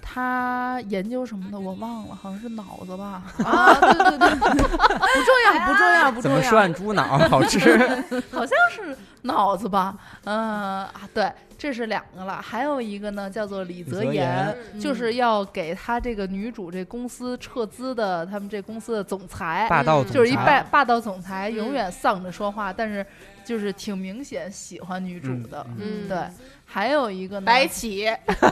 D: 他研究什么的我忘了，好像是脑子吧。
B: 啊，对对对，不重要，不重要，不
A: 怎
B: 重
A: 么
B: 要。
A: 涮猪 脑好吃？
D: 好像是脑子吧，嗯啊，对，这是两个了，还有一个呢叫做李
A: 泽
D: 泽
A: 言
D: 言，
G: 嗯
D: 就是要给他这个女主这公司撤资的，他们这公司的总裁，
A: 霸道总
D: 就是一
A: 裁
D: 霸霸道总裁，
G: 嗯
D: 永远丧着说话，但是就是挺明显喜欢女主
A: 嗯
D: 的，
A: 嗯
G: 嗯
D: 对，还有一个呢，
G: 白起，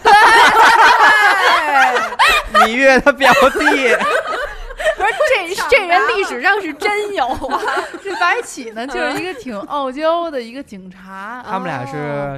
A: 芈月她表 弟，
G: 不是这这人历史上是真有啊！
D: 这 白起呢，就是一个挺傲娇的一个警察，
A: 他们俩
D: 哦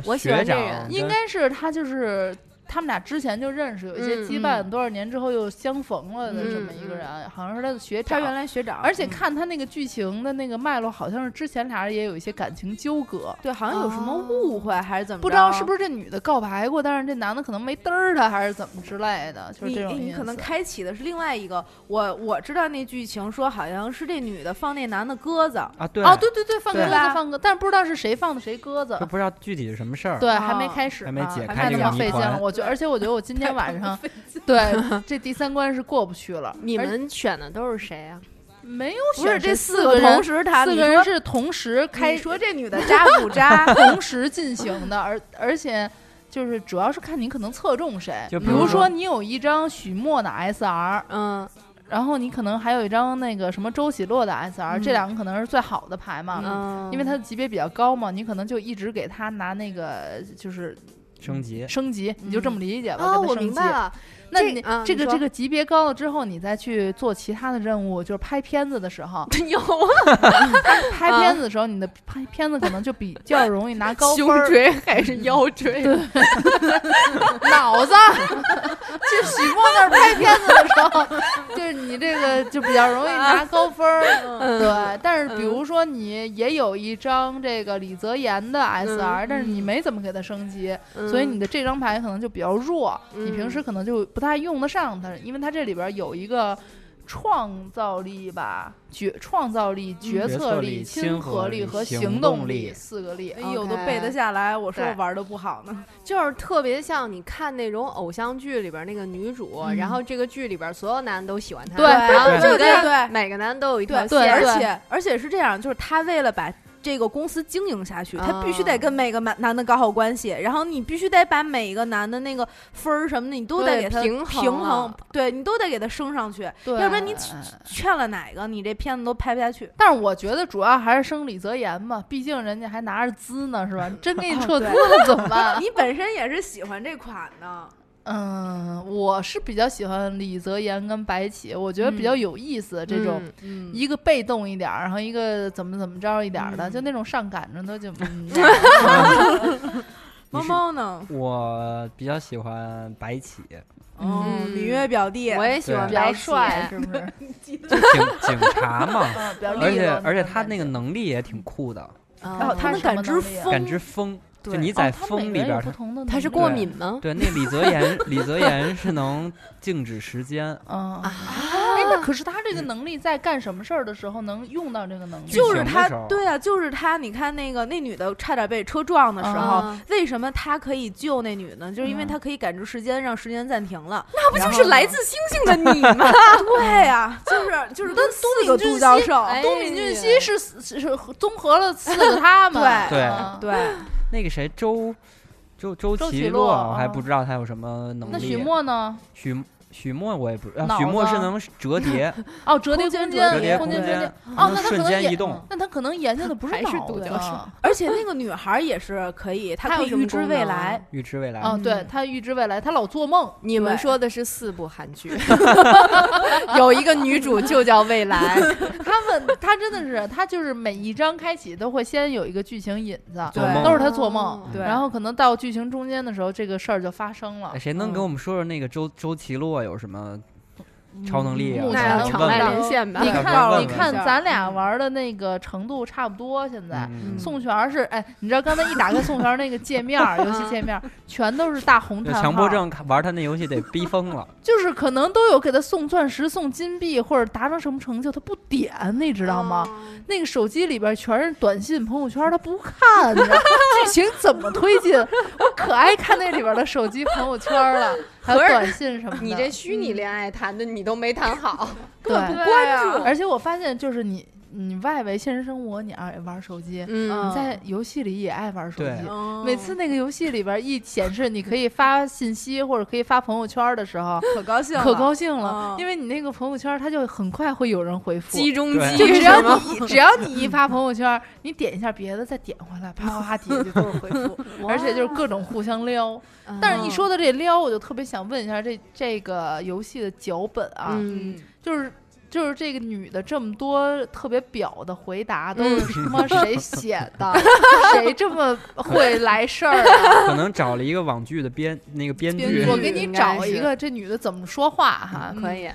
A: 是
G: 我喜
A: 学
G: 欢这
A: 长
G: 人
A: 跟，
D: 应该是他就是他们俩之前就认识，有一些
G: 嗯
D: 羁绊，多少年之后又相逢了的这么一个人，好像是他的学
B: 他
D: 长。
B: 原来学长，
D: 而且看他那个剧情的那个脉络，好像是之前俩人也有一些感情纠葛，
B: 对，好像有什么
G: 哦
B: 误会还是怎么着？
D: 不知道是不是这女的告白过，但是这男的可能没嘚儿她，还是怎么之类的，就是
B: 你
D: 这种
B: 你
D: 意思
B: 可能开启的是另外一个，我我知道那剧情说好像是这女的放那男的鸽子，
A: 啊，对
D: 哦，对对对，放鸽
A: 对
D: 子
B: 吧
D: 放鸽，但是不知道是谁放的谁鸽子
A: 就，不知道具体是什么事儿。
D: 对，还没
B: 哦
D: 开始呢，
A: 还没解
D: 还
A: 开
D: 那
A: 这
D: 么
A: 个谜
D: 费劲
A: 团
D: 了。我觉，而且我觉得我今天晚上，对这第三关是过不去了。
G: 你
D: 而
G: 们选的都是谁啊？
D: 没有
B: 不是
D: 选
B: 这
D: 谁
B: 四
D: 四
B: 个
D: 人
B: 同，时谈，
D: 四
B: 你
D: 个人
B: 说
D: 是同时开
B: 你说这女的渣不 渣？
D: 同时进行的，而而且就是主要是看你可能侧重谁。
A: 就
D: 比
A: 比如
D: 如
A: 说
D: 说你有一张许墨的 SR，
G: 嗯
D: 然后你可能还有一张那个什么周喜洛的 SR，、这两个可能是最好的牌嘛。
G: 嗯，
D: 因为他的级别比较高嘛，你可能就一直给他拿那个就是
A: 升级
D: 升级，你就这么理解吧。
G: 哦，
D: 给他
G: 我
D: 升
G: 明
D: 级
G: 白了，
D: 那
G: 这
D: 你
G: 啊
D: 这
G: 你
D: 个
G: 说
D: 这个级别高了之后，你再去做其他的任务，就是拍片子的时候，
G: 有啊，
D: 拍片子的时候，你的拍片子可能就比较容易拿高分
G: 胸
D: 儿。
G: 椎还是 腰椎？对，
D: 脑 子，去许墨那儿拍片子的时 候，就是你这个就比较容易拿高分儿。
G: 啊嗯
D: 对，但是比如说你也有一张这个李泽言
G: 嗯
D: 的 SR，、但是你没怎么给它升级，所
B: 嗯
D: 以你的这张牌可能就比较弱，你平时可能就不太用得上它，因为它这里边有一个。创造力吧，决创造
B: 嗯
D: 力、决
A: 决
D: 策
A: 策
D: 力、
A: 力
D: 亲
A: 亲
D: 和
A: 和
D: 力
A: 力
D: 和
A: 行
D: 行
A: 动
D: 动
A: 力
D: 四个力，
B: 有的
G: OK
B: 哎背得下来，我说
D: 对
B: 我玩的不好 呢。
G: 就是特别像你看那种偶像剧里边那个女主，然后这个剧里边所有男的都喜欢她，
D: 对
G: 然后
A: 对
G: 每
B: 对对
G: 个
B: 对
G: 每个男的都有一条
D: 对
G: 线，
B: 而且而且是这样，就是他为了把。这个公司经营下去，他必须
D: 哦
B: 得跟每个男男的搞好关系，然后你必须得把每一个男的那个分儿什么的，你都得
G: 对
B: 给他
G: 平衡
B: 衡，
G: 了
B: 对你都得给他升上去，
D: 对，哎
B: 要不然你劝了哪个，你这片子都拍不下去。
D: 但是我觉得主要还是生李泽言嘛，毕竟人家还拿着资呢，是吧？真给你
B: 哦
D: 撤资了怎么办？
B: 你本身也是喜欢这款的，
D: 嗯，我是比较喜欢李泽言跟白起，我觉得比较有意思、这种。
G: 嗯
B: 嗯，
D: 一个被动一点儿，然后一个怎么怎么着一点儿的，
B: 嗯
D: 就那种上赶着的 就，嗯
B: 猫猫呢？
A: 我比较喜欢白起，
B: 哦，
G: 嗯
B: 里约表弟，
G: 我也喜欢
D: 比较
G: 白起
D: 帅，是不是？
A: 就警 警察 嘛，
D: 嗯，比较
A: 而
D: 利落
A: 且
D: 那种
A: 而且他那个
D: 感觉，
A: 能力也挺酷的，
B: 然后
G: 哦
D: 他
B: 嗯他能
D: 什么能
B: 感知
D: 力啊
B: 风，
A: 感知风，就
B: 对
A: 你
D: 在
A: 在风里边儿，
D: 不同的，
G: 他是过敏吗？
A: 对那李泽 言，李泽言是能静止时间，
D: 嗯啊，哎，那可是他这个能力在干什么事儿的时候能用到这个能力？
B: 就是
A: 剧情的
B: 他
A: 时候，
B: 对啊，就是他。你看那个那女的差点被车撞的时候，
G: 啊
B: 为什么他可以救那女呢？就是因为
D: 嗯
B: 他可以感知时间，让时间暂停了。
G: 那不就是来自星星的你吗？
B: 对呀、就是就是跟四个
D: 俊
B: 独角
D: 熙
B: 兽，
D: 哎
B: 东
D: 东
B: 敏
D: 敏俊
B: 俊熙
D: 熙
B: 是，
D: 是是是综合了四个他们，
B: 对
A: 对
D: 嗯
B: 对，
A: 那个谁周周周
D: 周
A: 奇
D: 奇
A: 洛，
D: 洛
A: 我还
D: 嗯
A: 不知道他有什么能
D: 那
A: 力。
D: 许墨呢？
A: 许许墨我也不，啊
D: 脑
A: 许墨
D: 子
A: 是 能折叠，
D: 哦，折叠
B: 空间
D: 空
B: 折
A: 折叠
D: 间，
A: 空
D: 间折叠
A: 间，，
D: 哦，
A: 能
D: 那他可
A: 瞬
D: 能
A: 间
D: 研
A: 移动。
D: 那他可能研究的不是
G: 还是
D: 脑
G: 独
D: 袋
G: 角兽
D: 啊
B: 而且那个女孩也是可以，她
G: 她
B: 可
G: 有
B: 以
G: 什么
B: 预知
G: 功
B: 未
G: 能啊
B: 来。
A: 预知未来，
D: 哦，对他预知未来，他老做梦，
G: 你们
B: 对
G: 说的是四部韩剧， 有一个女主就叫未来，
D: 他们他真的是他就是每一章开启都会先有一个剧情引子，
A: 做
B: 对
A: 梦
D: 都是他做
G: 哦
D: 梦，
B: 对
D: 然后可能到剧情中间的时候，这个事儿就发生了
A: 哎。谁能给
D: 嗯
A: 我们说说那个周周奇洛有什么超能力啊？
D: 目
A: 我
G: 那
A: 想
G: 要
D: 前能
G: 场
A: 问
G: 外
D: 到
A: 问
G: 连线吧
D: 你
A: 要不
D: 看，
A: 然问
D: 你看
B: 一下
D: 咱俩玩的那个程度差不多，现在。
A: 嗯
D: 宋璇儿是哎，你知道刚才一打开宋璇儿那个界面 儿，游戏界面儿全都是大红
A: 有
D: 叹号，
A: 强迫，症，看玩他那游戏得逼疯了。
D: 就是可能都有给他送钻石、送金币或者达成什么成就，他不点，你知道吗？
G: 哦
D: 那个手机里边全是短信、朋友圈，他不看，你 知道吗剧情怎么推进？我可爱看那里边的手机、朋友圈 了，还有
G: 合着
D: 短信什么的。
G: 你这虚拟恋爱谈的你都没谈好，
D: 对，
B: 关
D: 而且我发现就是你，你外围现实生活你爱玩手机，
G: 嗯
D: 你在游戏里也爱玩手
A: 对
D: 机。
B: 注
D: 每次那个游戏里边一显示你可以发信息或者可以发朋友圈的时 候，
B: 可高
G: 啊
B: 兴了，
D: 可高兴了
B: 嗯，
D: 因为你那个朋友圈它就很快会有人回复。
G: 鸡 中
A: 对
D: 就
G: 鸡
D: 只
G: 是
D: 要
G: 吗？
D: 你 只要你一发朋友圈，你点一下别的，再点回来，啪啪啪，底下就都有 回复，而且就是各种互相撩。但
G: 嗯
D: 是一说到这撩，我就特别想问一下这这个游戏的脚本啊，
G: 嗯，
D: 就是就是这个女的这么多特别表的回答
G: 嗯
D: 都是他妈谁写 的？谁这么会来事儿啊？
A: 可能找了一个网剧的编那个编
B: 编
A: 剧
B: 剧，
D: 我给你找一个这女的怎么说话哈？
G: 嗯可以，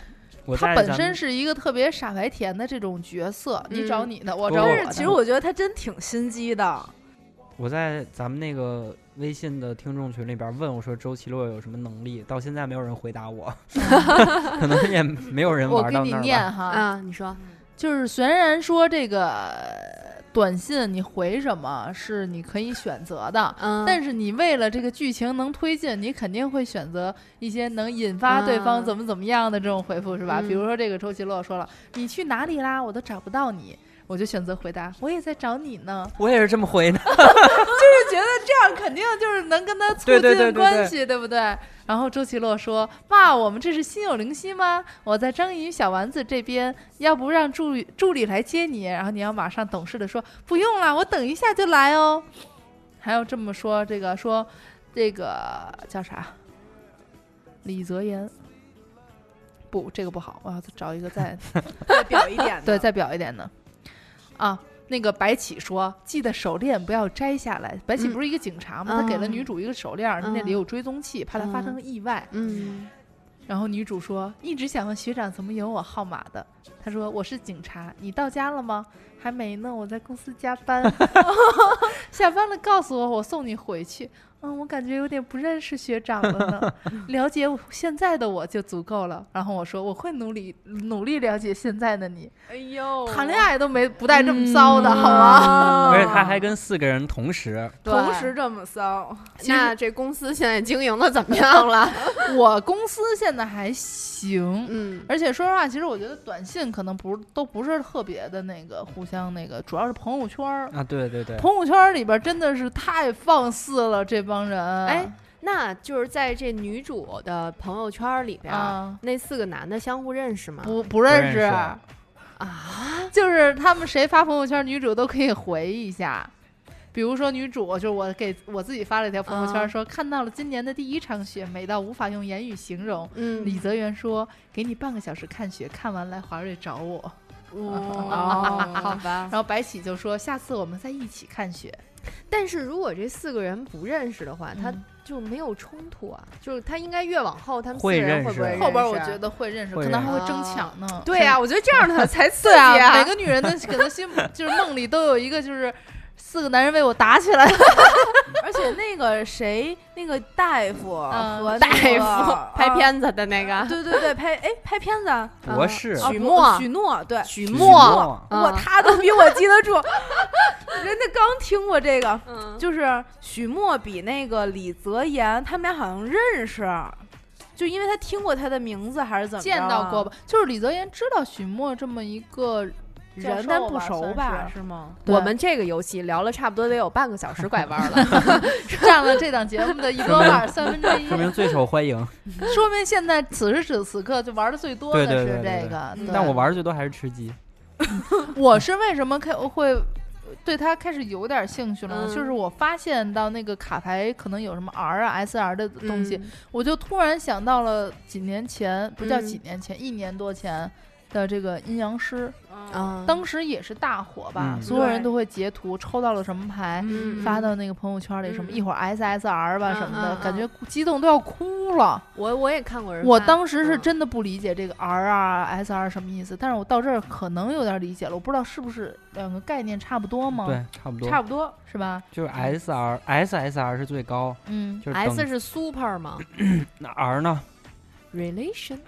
A: 我
D: 她
A: 在
D: 本
A: 咱
D: 身
A: 们
D: 是一个特别傻白甜的这种角色，
G: 嗯
D: 你找你的，我
A: 不
D: 找我
B: 但
D: 的。
B: 是其实我觉得他真挺心机的，
A: 我在咱们那个微信的听众群里边问我说周奇洛有什么能力，到现在没有人回答 我，可能也没有人
D: 我
A: 玩
D: 给
A: 到
D: 你
A: 那儿吧。
D: 念哈，
G: 啊，你说，
D: 就是虽然说这个呃短信你回什么是你可以选择的，
G: 嗯，
D: 但是你为了这个剧情能推进，你肯定会选择一些能引发对
G: 啊
D: 方怎么怎么样的这种回复，是吧？
G: 嗯
D: 比如说这个周奇洛说了：“你去哪里啦？我都找不到你。”我就选择回答：“我也在找你呢。
A: 我也是这么回的，”
D: 就是觉得这样肯定就是能跟他促
A: 对对
D: 进
A: 对对
D: 关系，对不对？然后周奇洛说：“爸，我们这是心有灵犀吗？我在章鱼小丸子这边，要不让助理助理来接你？然后你要马上懂事的说：不用了，我等一下就来哦。还有这么说，这个说这个叫啥？李泽言。不，这个不好，我要找一个再
B: 再表一点
G: 嗯
D: 对，再表一点的。啊，那个白起说：“记得手链不要摘下来。”白起
G: 嗯
D: 不是一个警察吗？他给了
G: 嗯
D: 女主一个手链，那里
G: 嗯
D: 有追踪器，怕她发生意外。
G: 嗯，
D: 然后女主说：“一直想问学长怎么有我号码的。”他说：“我是警察，你到家了吗？还没呢，我在公司加 班。下班了告诉我，我送你回去。”嗯，我感觉有点不认识学长了 呢。了解我现在的我就足够了。然后我说我会努力努力了解现在的你。
G: 哎呦，
D: 谈恋爱都没不带这么骚 的，好吗？
A: 而且嗯他还跟四个人同时，
B: 同时这么 骚，
G: 那这公司现在经营的怎么样了？
D: 我公司现在还行，
G: 嗯
D: 而且说实话，其实我觉得短信可能不是都不是特别的那个互相那个，主要是朋友圈儿。
A: 啊，对对对，
D: 朋友圈儿里边真的是太放肆了，这帮人。啊
G: 哎， 那就是在这女主的朋友圈里
A: 嗯
G: 边，
D: 啊，
G: 那四个男的相互认识吗？
D: 不不认
A: 不
D: 识，
A: 认
G: 啊，
D: 就是他们谁发朋友圈，女主都可以回一下。比如说，女主就是我给我自己发了一条朋友
G: 啊
D: 圈，说看到了今年的第一场雪，美到无法用言语形容。
G: 嗯，
D: 李泽源说：“给你半个小时看雪，看完来华瑞找我。
B: 哦，好吧”
D: 然，后白起就说：“下次我们再一起看雪。
G: 但是如果这四个人不认识的话，他
D: 嗯
G: 就没有冲突啊，就是他应该越往后，他们四
A: 会
G: 个人
A: 认
G: 会不会
A: 识啊
G: 认识？
D: 后边我觉得会认识，
A: 会
D: 可能还
G: 认识
D: 会争抢呢。
G: 对啊呀、我觉得这样的才 刺激
D: 对啊，每个女人的可能心就是梦里都有一个就是四个男人为我打 起来。
B: 而且那个谁，那个大夫
D: 嗯
B: 和
G: 大
B: 那个
G: 夫 拍，
B: 啊
G: 片子的那个
B: 对对对，拍哎拍片子啊，
A: 博士
D: 哦
B: 啊
G: 许
B: 不
G: 诺
B: 许诺对，
G: 许
A: 许
G: 墨，
B: 哇，他都比我记得住， 人家刚听过这个，
G: 嗯，
B: 就是许墨比那个李泽言，他们俩好像认识，就因为他听过他的名字还是怎么着啊
D: 见到过
B: 吧
D: 吧？就是李泽言知道许墨这么一个
B: 人，
D: 教
B: 但
D: 授
B: 不熟吧？
D: 吧？
B: 是吗？
D: 对
G: 我们这个游戏聊了差不多得有半个小时拐弯了，
D: 算是占了这档节目的一多半，三分之一
A: 说。明最受欢迎，
D: 说明现在此时此此刻就玩的最多的
A: 对对对
D: 是
A: 对
D: 这个
B: 嗯。
D: 对
A: 但我玩的最多还是吃鸡，
G: 嗯
D: 我是为什么开会对他开始有点兴趣了呢？
G: 嗯
D: 就是我发现到那个卡牌可能有什么 R 啊、SR 的东西，
G: 嗯
D: 我就突然想到了几年前，不叫
G: 嗯
D: 几年前，一年多前。的这个阴阳师，
B: 啊，
G: 嗯，
D: 当时也是大火吧，
A: 嗯
D: 所有人都会截图，抽到了什么牌，
G: 嗯
D: 发到那个朋友圈里，什么一会儿 SSR 吧、
G: 嗯
D: 什么的，
G: 嗯嗯
D: 感觉激动都要哭了。
G: 我我也看过人发，
D: 我当时是
G: 嗯
D: 真的不理解这个 R 啊、S R 什么意思，但是我到这儿可能有点理解了，我不知道是不是两个概念差不多吗？，
A: 对，差不多，
D: 哦差不多是吧？
A: 就是 S R S S R 是最高，
D: 嗯，
A: 就是
G: S
A: 等
G: 是 super 吗
A: 那 R 呢，
G: ？relation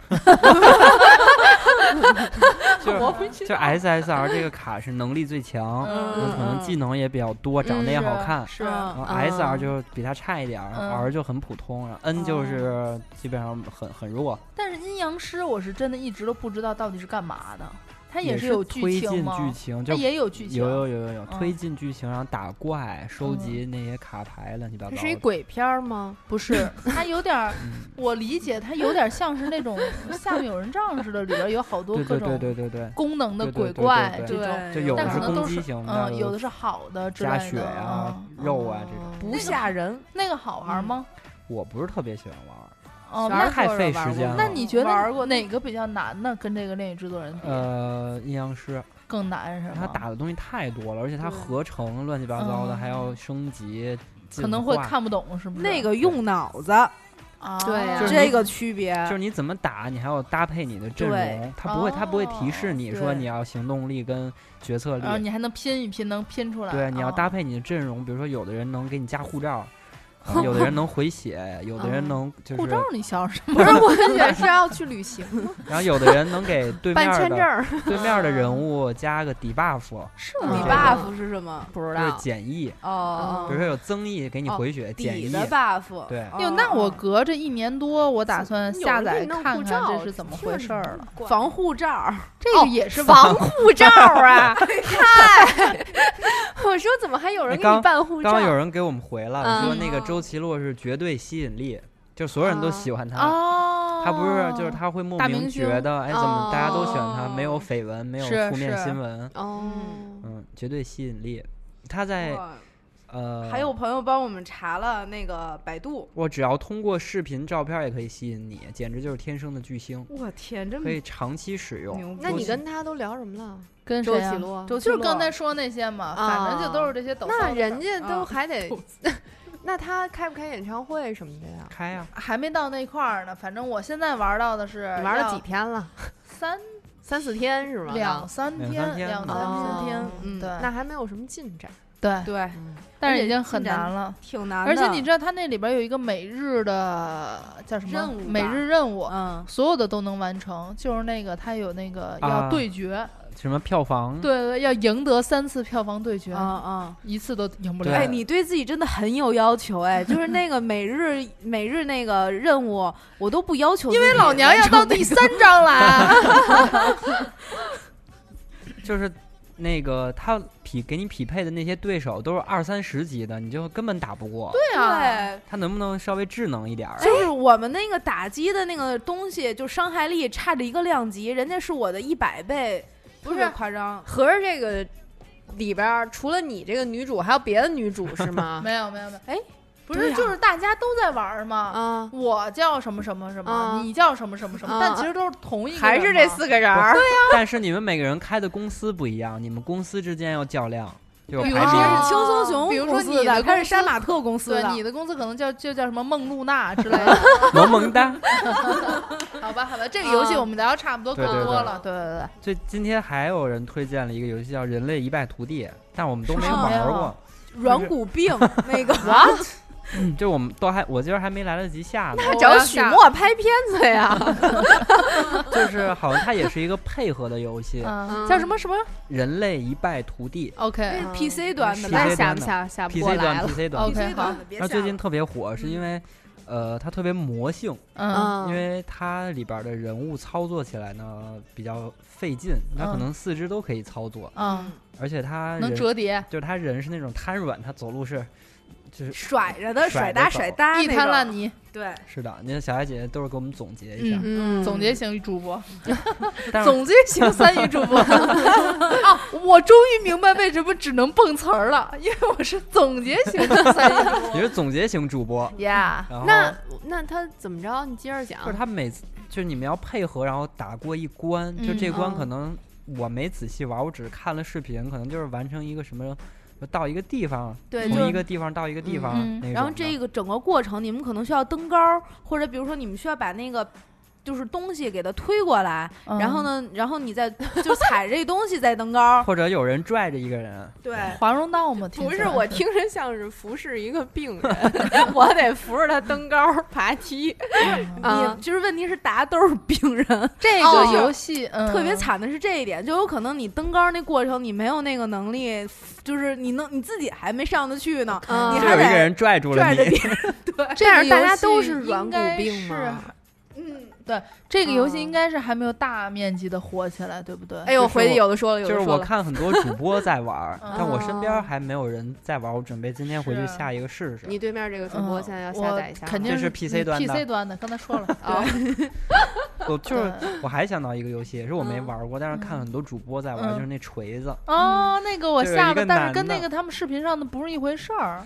A: 就是就是 S S R 这个卡是能力最强，
D: 嗯
A: 那可能技能也比较多，长得也好看。
D: 是
B: 嗯
A: 然后
G: 啊
A: S R 就比它差一点儿，然
D: 嗯哦
A: 后 R 就很普通，然后 N 就是基本上很很弱，
D: 但是阴阳师我是真的一直都不知道到底是干嘛的，它
A: 也是
D: 是有剧
A: 推
D: 情
A: 进
D: 吗？
A: 剧情，就
D: 它也有剧情，
A: 有有有有有
D: 嗯
A: 推进剧情，然后打怪、收集那些卡牌，乱七八糟
G: 它
A: 的。
G: 是一鬼片儿吗？
D: 不是它有点儿，
A: 嗯
D: 我理解它有点像是那 种下面有人仗似的，里边有好多
A: 对对
D: 各
A: 对
D: 种
A: 对对对，
D: 功能的
A: 对对
D: 鬼
A: 对对
D: 怪
A: 对
D: 这
A: 对
D: 种，
A: 就有
D: 但
A: 的
D: 可能
A: 攻
D: 都
A: 击
D: 是
A: 型的，
D: 嗯，有的是好的之类
A: 加
D: 的，
A: 血呀
D: 嗯、
A: 肉啊嗯这种。
B: 不吓人，
D: 那个好玩吗？
A: 我不是特别喜欢玩儿，
D: 哦，
G: 小孩
D: 那
G: 儿
A: 太
G: 会
A: 费
G: 玩
A: 时
G: 过
A: 间
G: 吗
A: 了。
D: 那你觉
B: 玩
D: 得
B: 过
D: 哪个比较难呢？跟这个恋与制作人比，
A: 呃，阴阳师
D: 更难是吗？
A: 它打的东西太多了，而且它
G: 对
A: 合成乱七八糟的，
D: 嗯
A: 还要升级，进
D: 可能会
A: 化。
D: 看不懂，是不是？
B: 那个用脑子，
D: 啊，
G: 对呀就是
B: 这个区别，
A: 就是你怎么打，你还要搭配你的阵容
B: 对，
A: 它不会，它不会提示你
D: 哦
A: 说
D: 对
A: 你要行动力跟决策
D: 然后
A: 力，
D: 啊你还能拼一拼，能拼出来。
A: 对，你要
D: 啊
A: 搭配你的阵容，比如说有的人能给你加护 罩，呃有的人能回血，有的人能就
D: 嗯护
A: 是
D: 照，，你想什么？
G: 不是，我以为是要去旅行，
A: 然后有的人能给对面
G: 办 签证
A: 的
G: 儿，
A: 对面的人物加个 debuff，
D: 是
G: 嗯
B: 你
A: 吗
B: buff 是什么？
G: 不知
A: 就是
G: 道。
A: 减益，
B: 哦，
A: 比如说有增益给你
B: 哦
A: 回血，减
B: 底
A: 益
B: 的 buff，
A: 对
B: 哦
D: 哟，哎那我隔着一年多，我打算下载看看这是怎么回事儿了。
G: 了哦
B: 防护罩儿，
D: 这个也是
G: 防护罩啊！嗨，我说怎么还有人给你办护
A: 刚刚有
G: 照？
A: 人给我们回了，
G: 嗯
A: 说那个周奇洛是绝对吸引力，就所有人都喜欢 他。
D: 哦，
A: 他不是就是他会莫
D: 大
A: 名
D: 明星
A: 觉得，哎，怎么大家都喜欢他？
G: 哦
A: 没有绯闻，没有
D: 是
A: 负面
D: 是
A: 新闻，
G: 哦，
A: 嗯，绝对吸引力。他在
B: 哇
A: 呃，
B: 还有朋友帮我们查了那个百度，
A: 我只要通过视频、照片也可以吸引你，简直就是天生的巨星，
B: 我天，这
A: 可以长期使用。
B: 嗯牛逼！
G: 那你跟他都聊什么了？
D: 跟
G: 周
D: 谁
G: 启
D: 啊？
G: 洛。
D: 就
B: 就是是刚
D: 刚
B: 才
D: 才说那些嘛，
G: 反
D: 反
G: 正
D: 正
G: 就
D: 就
G: 都是
D: 都是这些抖
G: 那人家都
D: 啊
G: 还 得，那他开不开演唱会什么的呀？
A: 开啊，
D: 还没到那块儿呢。反正我现在玩到的是
G: 你玩了
D: 要
G: 几天了？
D: 三
G: 三四天是吗？
D: 两三
A: 两
D: 天
A: 三，天
D: 两
G: 哦
D: 三天，
B: 嗯
D: 对，
G: 那还没有什么进展。
D: 对，
B: 对，
G: 嗯
D: 但
B: 而
D: 是
B: 且
D: 已经很
B: 进展
D: 难了。
B: 挺难的。
D: 而且你知道，它那里边有一个每日的叫什么
B: 任务吧
D: 每日任务，
B: 嗯，
D: 所有的都能完成。就是那个，它有那个
A: 啊
D: 要对决，
A: 什么票房？
D: 对对，要赢得三次票房对决，
B: 嗯嗯。
D: 一次都赢不
A: 对
D: 了。
B: 哎，你对自己真的很有要求哎，就是那个每日每日那个任务，我都不要求自己完成那个，因为
D: 老娘要到第三章了啊，
A: 就是那个他匹给你匹配的那些对手都是二三十级的，你就根本打不过。对，
D: 对啊，
B: 对，
A: 他能不能稍微智能一点儿？
B: 就是我们那个打击的那个东西，就伤害力差着一个量级，人家是我的一百倍，
G: 不是
B: 特别夸张。
G: 合着这个里边儿除了你这个女主，还有别的女主是 吗？
D: 没有没有没有，
B: 哎，
D: 不
B: 对
D: 是，
B: 呀
D: 就是大家都在玩儿嘛。
G: 啊，
D: 我叫什么什么什
G: 啊
D: 么，你叫什么什么什么，
G: 啊
D: 但其实都是同一个，
G: 还是这。四个人儿？
A: 但是你们每个人开的公司不一样，你们公司之间要较量，就是
G: 哎
D: 比如
A: 排
D: 说
A: 名。
B: 啊是轻松熊
D: 比如说
B: 公司
D: 你的
B: 的，他是
D: 公司
B: 杀马特公司
D: 对，
B: 的，
D: 你的公司可能叫就叫什么梦露娜之类的，
A: 萌萌哒。
D: 好吧，好吧，这个游戏
G: 啊
D: 我们聊得差不多够
A: 对对
D: 多
A: 对
D: 了，对对对。
A: 这今天还有人推荐了一个游戏叫《人类一败涂地》，但我们都没
D: 什么
A: 玩
D: 呀
A: 儿过，
B: 软 骨病那个，
A: 嗯就我们都还我今儿还没来得及下 呢。
G: 还找许墨拍片子呀？
A: 就是好像它也是一个配合的游戏，《
D: 嗯，
G: 嗯
D: 叫什么什么
A: 人类一败涂地
D: ？OK，
B: 那 PC 端的
A: 哎嗯是这
G: 那下
B: 吧
A: 边
G: 不
A: 的
G: 下下》不
A: PC
G: 过来
A: 端
G: 了。哦
A: PC 端。
D: OK，
B: ，PC 端的别
A: 然后最近特别火，是因为呃它特别魔性，
D: 嗯，
A: 因
G: 嗯，
A: 为它里边的人物操作起来呢比较费劲，它可
D: 嗯
A: 能四肢都可以操作，
D: 嗯，
A: 而且它
D: 能
A: 人
D: 折叠，
A: 就是他人是那种瘫软，他走路是，就是
B: 嗯甩着的
A: 甩着
B: 甩搭
A: 走
B: 甩搭
D: 一滩
B: 那
D: 烂
B: 种，
D: 泥。
B: 对，
A: 是的。你看小艾姐姐都是给我们总结一下，
G: 嗯
D: 总结型主播，
A: 但是
D: 总结型三语主播 啊！我终于明白为什么只能蹦词儿了，因为我是总结型的三语主
A: 你是总结型主播，
D: 播呀。
A: 然后
G: 那那他怎么着？你接着讲
A: 就是。他每次就是你们要配合，然后打过一关，就这关可能我没仔细玩，我只是看了视频，可能就是完成一个什么，就到一个地方，
B: 对
A: 从
B: 就
A: 一个地方到一个地方
D: 嗯嗯
A: 那种的。
B: 然后这个整个过程，你们可能需要登高儿，或者比如说你们需要把那个就是东西给它推过来，然后
D: 呢，
B: 呢，然后你再就踩着这东西再 登高儿。
A: 或者有人拽着一个人，
B: 对，
D: 华容道嘛，听
G: 不
D: 起
G: 是，
D: 来
G: 我听着像是服侍一个病人， 我得扶着他登高爬梯。
D: 嗯
G: 啊
B: 你就是问题是大家都是病人，
D: 这
G: 哦
D: 个游戏嗯
B: 特别惨的是这一点，就有可能你登高儿那过程你没有那个能力，就是你能你自己还没上得去呢，
G: 嗯
B: 你
A: 就
B: 还
A: 有一个
B: 得
A: 人拽住了
B: 拽着
A: 你。
B: 你，
D: 这
G: 但
D: 个
G: 是大
D: 游
G: 家都
D: 戏
G: 是软
D: 应
G: 骨
D: 该
G: 病
D: 是
G: 吗？
B: 嗯，
D: 这个游戏
G: 嗯
D: 应该是还没有大面积的火起来，对不对？
G: 哎呦，
A: 就是
G: 回去
A: 我
G: 有的说了，有
A: 就是
G: 的
A: 我
G: 说了。
A: 看很多主播在玩儿，
D: 嗯
A: 但我身边还没有人在玩儿，我准备今天回去
D: 是
A: 下一个试试。
G: 你对面这个主播
D: 嗯
G: 现在要下
D: 我
G: 载一下了，
D: 肯定
A: 这是 PC
D: 你
A: 端的
D: PC 端的，刚才说了，
G: 哦
D: 对，
A: 我就是
D: 对
A: 我还想到一个游戏，也是我没
G: 嗯
A: 玩过，但是看
D: 嗯
A: 很多主播在玩，
D: 嗯
A: 就是那锤子，
G: 嗯
D: 哦，那个我
A: 就是
D: 下
A: 一个
D: 了，但是
A: 男
D: 跟那
A: 的
D: 个他们视频上的不是一回事儿。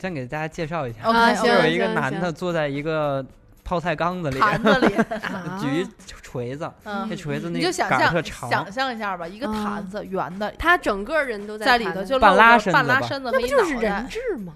A: 先给大家介绍一下，
G: 啊
D: OK，
A: 就
G: 行
A: 有一个
G: 行
A: 男的
G: 行
A: 坐在一个泡菜缸子里，
D: 盘子里， 啊
A: 举一锤子，
D: 嗯
A: 这，锤子
D: 你
A: 那
D: 就
A: 个
D: 想
A: 杆儿特
D: 象
A: 长
D: 想，象一下吧，一个坛子圆的，
G: 他整个人都
D: 在
G: 在
D: 里
G: 盘
D: 头
G: 子
D: 就
G: 里
D: 露
A: 半拉
D: 着
A: 身
D: 半
A: 子
D: 拉
A: 吧
D: 身子
G: 那
D: 和
G: 不
D: 一
G: 就是
D: 脑
G: 人
D: 袋
G: 质吗？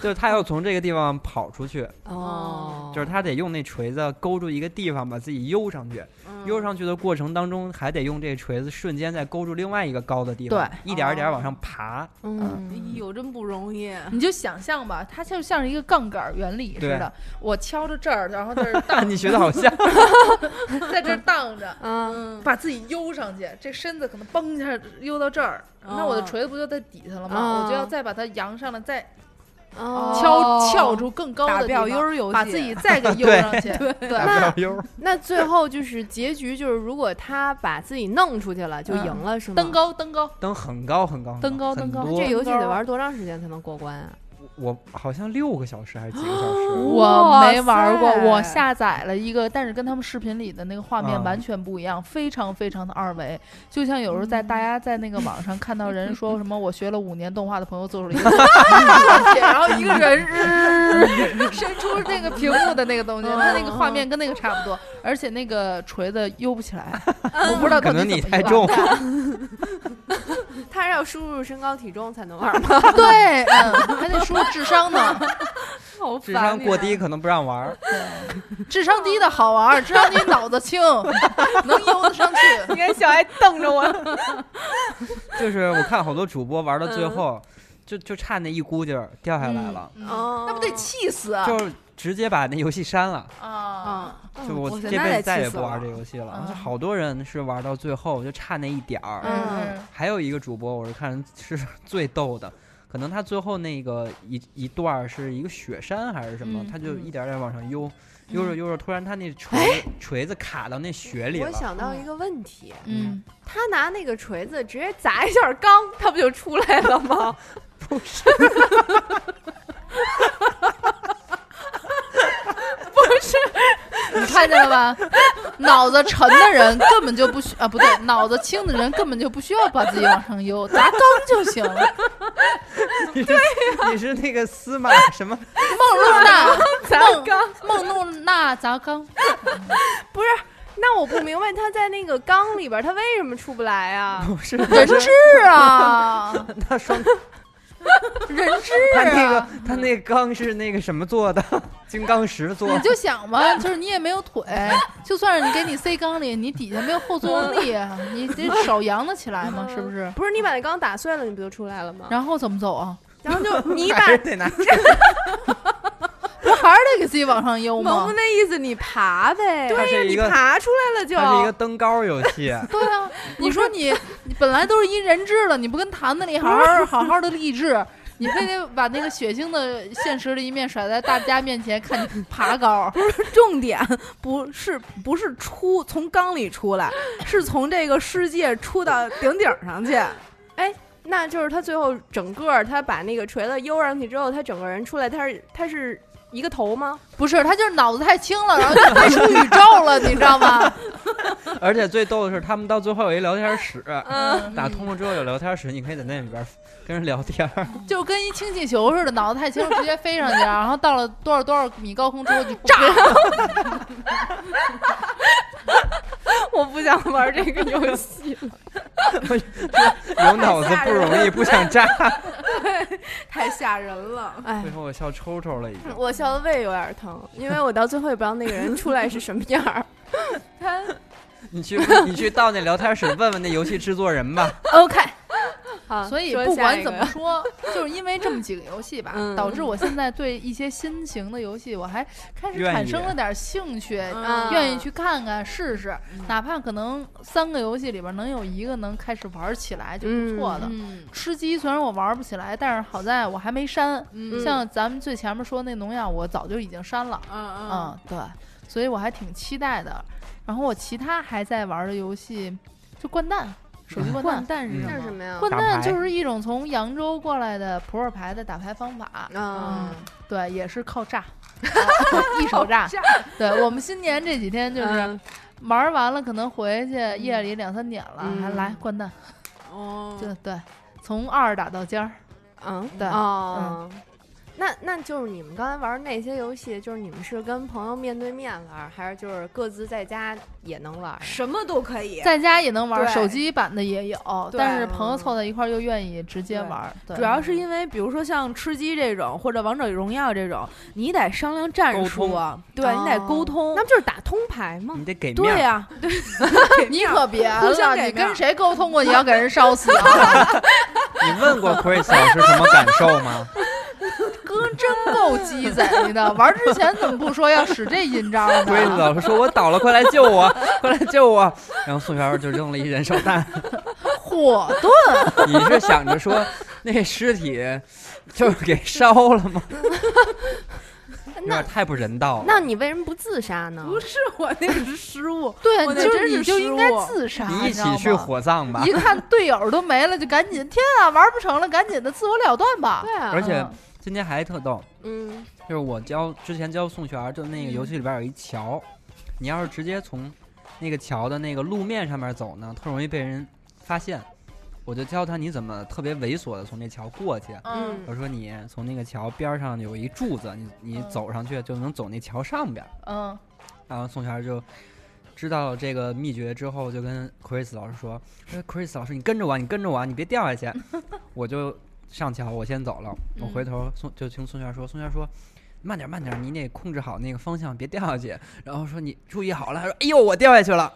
A: 就是他要从这个地方跑出去，
G: 哦
A: 就是他得用那锤子勾住一个地方，把自己悠上去，
G: 嗯
A: 悠上去的过程当中还得用这锤子瞬间再勾住另外一个高的地方，一点儿一
D: 哦
A: 点儿往上爬，
G: 嗯，
B: 哎呦，真不容易。
D: 你就想象吧，它就像是一个杠杆儿原理似
A: 对啊
D: 的，我敲着这儿，然后 在这儿荡，
A: 你学的好像，
D: 在这儿荡着，
G: 嗯，
D: 把自己悠上去，这身子可能嘣一下悠到这儿，那我的
B: 哦
D: 锤子不就在底下了
G: 哦
D: 吗？我就要再把它扬上来，再
G: 哦
D: 敲撬住更高
B: 打
D: 的地
B: 表悠
D: 方，
B: 儿游戏，
D: 把自己再 给悠
A: 对
D: 上去，
A: 不
D: 对
G: 那
A: 了悠儿，
G: 那最后就是结局，就是如果他把自己弄出去了，就
B: 嗯
G: 赢了，是吗？
D: 登，高登高。
A: 登很高很高很
D: 登高
A: 很
D: 登高
A: 多
G: 这游戏得玩多长时间才能过关啊？
A: 我好像六个小时还是几个小
D: 哦
A: 时？
D: 我
B: 哇
D: 没玩过，
B: 塞
D: 我下载了一个，但是跟他们视频里的那个画面
A: 啊
D: 完全不一样，非常非常的二维。就像有时候在
G: 嗯
D: 大家在那个网上看到人说什么我学了五年动画的朋友做出了一 个东西，然后一个人
G: 嗯
D: 日 伸出那个屏幕的那个东西，他那个画面跟那个差不多，而且那个锤子悠不起来，
G: 嗯
D: 我不知道
A: 可
D: 到底
A: 能
D: 怎
A: 你
D: 么
A: 太
D: 用
A: 重，
G: 他是要输入身高体重才能玩 吗？
D: 对，嗯，还得输入智商呢。
G: 好
A: 智
G: 烦呀
A: 商过低，可能不让玩儿。
D: 智商低的好玩儿，智商低脑子 轻，能悠得上去。
G: 你看小爱瞪着我，
A: 就是我看好多主播玩到最后，就就差那一股劲儿掉下来了，
G: 哦
D: 那不得气死
B: 啊嗯
A: 就是直接把那游戏删了，
D: 啊！
G: 啊！
A: 就
B: 我
A: 我
B: 现
A: 这
B: 在
A: 辈
B: 得
A: 子再
B: 气
A: 也
B: 死
A: 不玩
B: 了
A: 这游戏了
D: 嗯。
A: 就好多人是玩到最后就差那一点儿，
D: 嗯，
A: 还有一个主播，我是看是 最逗的，可能他最后那个一一段儿是一个雪山还是什么，
D: 嗯
A: 他就
D: 嗯
A: 一点儿点儿往上悠，悠着悠着，突然他那锤子锤子卡到那雪里
G: 我
A: 了，
G: 想到一个问题，
D: 嗯，
G: 他拿那个锤子直接砸一下缸，他不就出来了吗？
D: 你看见了吧？ 脑子沉的人根本就不需啊，不对，脑子轻的人根本就不需要把自己往上悠，砸缸就行。梦
A: 你是你是那个司马什么？
D: 露娜，
G: 砸缸
D: 梦露娜砸缸，
G: 不是？那我不明白他在那个缸里边，他为什么出不 来啊？
A: 不是
D: 人质啊，
A: 他说
D: 人质
A: 他那个
D: 啊！
A: 他那个缸是那个什么做的？ 金刚石做
D: 你
A: 的。
D: 就想吧，就是你也没有腿，就算是你给你塞缸里，你底下没有后坐力，啊你这手扬得起来吗？是不是？
G: 不是你把那缸打碎了，你不就出来了吗？
D: 然后怎么走啊？
G: 然后 就你把
A: 还是得拿
D: 不还是得给自己往上悠
G: 萌
D: 吗
G: 萌？那意思，你爬呗，
A: 它是一
G: 你
A: 个
G: 爬出来了就。
A: 它是一个登高游 戏，
D: 对啊， 你说你你本来都是一人质了，你不跟坛子里好好好好的励志，你非得把那个血腥的现实的一面甩在大家面前，看你爬高。
B: 重点不是不是出从缸里出来，是从这个世界出到顶顶上去。
G: 那就是他最后整个儿他把那个锤子悠上去之后，他整个人出来，他是他是一个头吗？
D: 不是，他就是脑子太轻了，然后就飞出宇宙了，你知道吗？
A: 而且最逗的是，他们到最后有一聊天室，
D: 嗯，
A: 打通了之后有聊天室，你可以在那里边跟人聊天儿。
D: 就跟一氢气球似的，脑子太轻了，直接飞上去，然后到了多少多少米高空之后就炸。
G: 我不想玩这个游戏了。
A: 有脑子不容易，不想炸。
B: 太吓人了。
G: 哎嗯
A: 最，后我笑抽抽了，已经。
G: 我笑的胃有点疼，因为我到最后也不知道那个人出来是什么样儿。他
A: 你去，你去到那聊天室问问那游戏制作人吧。
D: OK，
G: 好，
D: 所以
G: 说
D: 不
G: 下
D: 管
G: 一
D: 怎
G: 个
D: 么说，就是因为这么几个游戏吧，
G: 嗯
D: 导致我现在对一些新型的游戏，我还开始
A: 愿意
D: 产生了点兴趣，
G: 嗯
D: 愿意去看看试试，哪怕可能三个游戏里边能有一个能开始玩起来就不错的。
B: 嗯
D: 吃鸡虽然我玩不起来，但是好在我还没删。
B: 嗯
D: 像咱们最前面说那农药，我早就已经删了。
B: 嗯
D: 嗯，对，所以我还挺期待的。然后我其他还在玩的游戏，就掼蛋，手机掼蛋
B: 掼。蛋是
A: 嗯
G: 这
B: 什
G: 是什
B: 么？
G: 么呀？
D: 掼
A: 打
D: 蛋
A: 牌
D: 就是一种从扬州过来的扑克牌的打牌方法，
G: 啊，
D: 对，也是靠炸，一手炸。对我们新年这几天就是
G: 嗯
D: 玩完了，可能回去夜里两三点了，
G: 嗯
D: 还来掼蛋，
B: 哦
D: 对对，从二打到尖儿。
G: 嗯
D: 对
G: 哦。那那就是你们刚才玩那些游戏，就是你们是跟朋友面对面玩，还是就是各自在家也能玩？
B: 什么都可以。
D: 在家也能玩，
B: 对
D: 手机版的也有，
B: 对嗯
D: 但是朋友凑在一块儿又愿意直接玩。对
B: 主要是因为，比如说像吃鸡这种，或者王者荣耀这种，你得商量战术啊，对
G: 哦
B: 你得沟通
G: 那。不就是打通牌吗？
A: 你得给面
B: 对
A: 儿，
B: 呀，
D: 你可别
B: 互
D: 了，
B: 相给
D: 你
B: 面儿
D: 跟谁沟通过，你要给人烧死 啊！
A: 你问过 Chris 老师什么感受吗？
D: 哥真够鸡 贼的，玩之前怎么不说要使这阴招
A: Chris
D: 呢？
A: 老师说：“我倒了，快来救我，快来救我！”然后宋璇儿就扔了一人手弹。
D: 火都
A: 你是想着说那尸体就是给烧了吗？有点太不人道了。
G: 那你为什么不自杀呢？
B: 不是我那是失误。
D: 对，
B: 我那
D: 就
B: 真是
D: 你就
B: 失
D: 应该
B: 误
D: 自杀，
A: 你一
D: 知道
A: 起去
D: 吗。
A: 火葬 吧
D: 一。看队友都没了，就赶紧，天啊，玩不成了，赶紧的自我了断吧。
G: 对啊，
A: 而且今天还特逗，
G: 嗯
A: 就是我教之前教宋璇儿，就那个游戏里边有一桥，你要是直接从那个桥的那个路面上面走呢，特容易被人发现。我就教他你怎么特别猥琐的从这桥过去。
G: 嗯
A: 我说你从那个桥边儿上有一柱子，你你
D: 嗯
A: 走上去就能走那桥上边儿。
D: 嗯
A: 然后宋璇儿就知道了这个秘诀之后，就跟 Chris 老师说：“说 Chris 老师，你跟着我，你跟着我，你别掉下去。”我就上桥，我先走了。我回头宋就听宋璇儿说，宋璇儿说。慢点，慢点，你得控制好那个方向，别掉下去。然后说你注意好了，他说：“哎呦，我掉下去了。”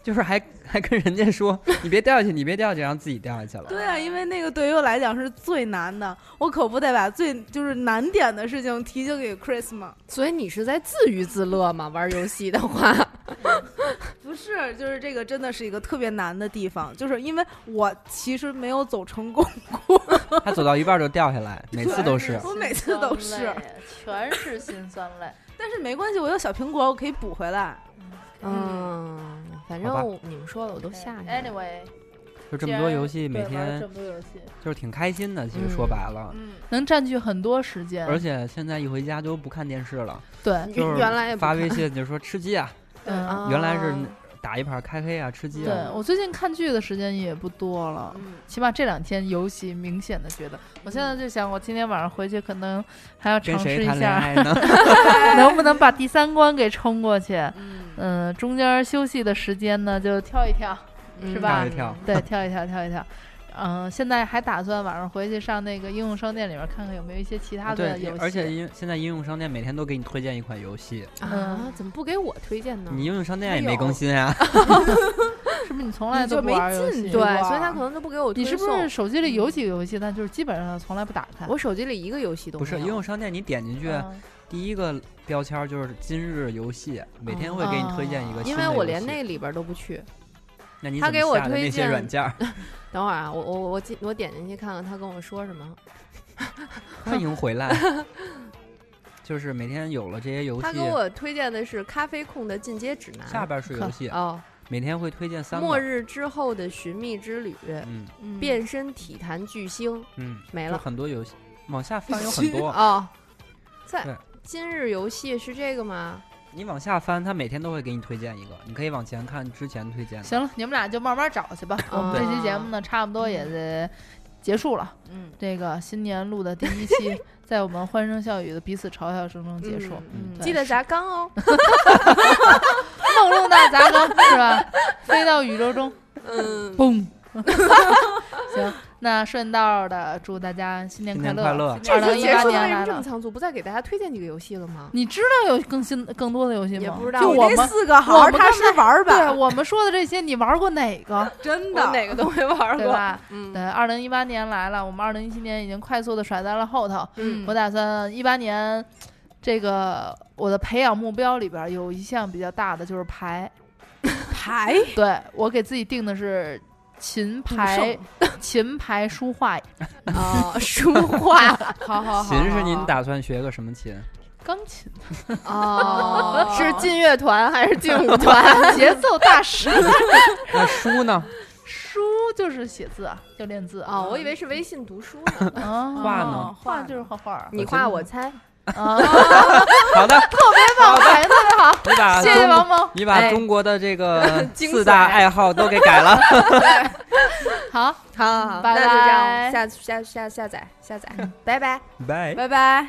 A: 就是还还跟人家说：“你别掉下去，你别掉下去。”然后自己掉下去了。
B: 对啊，因为那个对于我来讲是最难的，我可不得把最就是难点的事情提醒给 Chris 吗？
G: 所以你是在自娱自乐嘛？玩游戏的话，
B: 不是，就是这个真的是一个特别难的地方，就是因为我其实没有走成功 过，
A: 他走到一半就掉下来，每次都是。
B: 我每次都是
D: 心酸泪，全是心酸泪。
B: 但是没关系，我有小苹果，我可以补回来。
G: 嗯，反
A: 好
G: 正你们说了我都下去了。
D: Anyway，
A: 就这么多游戏，每
D: 对玩了
A: 天
D: 这么多游戏，
A: 就是挺开心的。其实
G: 嗯
A: 说白了，
B: 嗯，
D: 能占据很多时间。
A: 而且现在一回家就不看电视 了，
D: 对，
A: 就是
G: 原来也不
A: 发
G: 看
A: 微信就说吃鸡啊，
D: 嗯，
A: 原来是
G: 啊
A: 打一盘开黑啊，吃鸡
D: 对
A: 啊。
D: 我最近看剧的时间也不多了，起码这两天尤其明显的觉得，我现在就想，我今天晚上回去可能还要尝
A: 跟
D: 试
A: 谁
D: 一
A: 谈恋
D: 下，
A: 爱 呢？
D: 能不能把第三关给冲过去。嗯，中间休息的时间呢，就跳一跳，
G: 嗯
D: 是吧
A: 吓一跳，
D: 对，跳一跳，跳一跳。嗯，现在还打算晚上回去上那个应用商店里面看看有没有一些其他的
A: 啊对
D: 游，戏。
A: 而且因现在应用商店每天都给你推荐一款游戏，
G: 啊，怎么不给我推荐呢？
A: 你应用商店也
G: 还
A: 没
G: 嗯有
A: 更新 啊。
D: 是不是你从来都
B: 你就
D: 不
B: 没
D: 玩游
B: 进
D: 戏？
G: 对，所以他可能都不给我推
D: 你
G: 送。
D: 是不是手机里有几个游戏，但就是基本上从来不打开？
G: 我手机里一个游戏都
A: 不是应
G: 因
A: 用
G: 为
A: 商店，你点进去
D: 嗯
A: 第一个标签儿就是今日游戏，每天会给你推荐一个
D: 哦
A: 新
G: 嗯因
A: 的
G: 为
A: 游戏。
G: 我连那里边都不去。
A: 那你
G: 他
A: 怎么
G: 给我
A: 下的
G: 推
A: 那些
G: 荐
A: 软件儿，
G: 等会儿啊，我我我进我点进去看看他跟我说什么。
A: 欢迎回来。 就是每天有了这些游戏
G: 他，给我推荐的是《咖啡控的进阶指南》
A: 下边儿是游戏，
G: 哦，
A: 每天会推荐三
G: 《
A: 个。
G: 末日之后的寻觅之旅》
A: 嗯
G: 变身体坛巨星
A: 嗯，
G: 没
A: 就
G: 了
A: 很多游戏往下翻有 很多，
G: 哦，
A: 对
G: 在今日游戏是这个吗？
A: 你往下翻，它每天都会给你推荐一个，你可以往前看之前推荐的。
D: 行了，你们俩就慢慢找去吧。我们这期节目呢，差不多也得结束了。
B: 嗯，
D: 这个新年录的第一期，在我们欢声笑语的彼此嘲笑声中结束。
G: 嗯
D: 对
G: 记得砸缸哦。
D: 梦中的砸缸是吧？飞到宇宙中，
G: 嗯，
D: 嘣！ 行，那顺道的祝大家新年
A: 新
D: 快
A: 年
D: 乐！
A: 快乐！
G: 这次结束
D: 2018
G: 了为
D: 年
G: 什么
D: 来
G: 这么
D: 了
G: 仓促？不再给大家推荐几个游戏了吗？
D: 你知道有更新更多的游戏吗？
G: 也不知道
D: 就
G: 我
D: 我
B: 这
D: 们
B: 四个好好
D: 我们
B: 踏实玩儿
D: 对
B: 吧，
D: 我们说的这些，你玩过哪个？
B: 真
G: 我
B: 的。
G: 哪个都没玩
D: 对
G: 过。
D: 吧？
G: 嗯
D: 对，二零一八年来了，我们二零一七年已经快速的甩在了后头。
G: 嗯
D: 我打算一八年，这个我的培养目标里边儿有一项比较大的就是牌，
B: 牌
D: 对我给自己定的是琴牌、琴牌书画。
B: 哦
G: 啊，书画
D: 好好好，
A: 琴是您打算学个什么琴？
D: 钢琴
G: 哦，
D: 啊
G: 是劲乐团还是劲舞团？
D: 节奏大师，
A: 那书呢？
D: 书就是写字啊，就练字
G: 哦，我以为是微信读书呢。
D: 啊
A: 画呢
D: 画就是画画儿
G: 你画我猜，
D: 啊。
A: 好的，特别 棒，
D: 牌特别好，
A: 你把
D: 谢谢
A: 中
D: 王萌。
A: 你把
G: 哎
A: 中国的这个
G: 精
A: 四大
G: 彩
A: 爱好都给改了。
D: 好。
G: 好好好，
D: 拜
G: 那就这样，
D: 拜
G: 下下下下载下载，拜拜。
A: 拜。
B: 拜拜。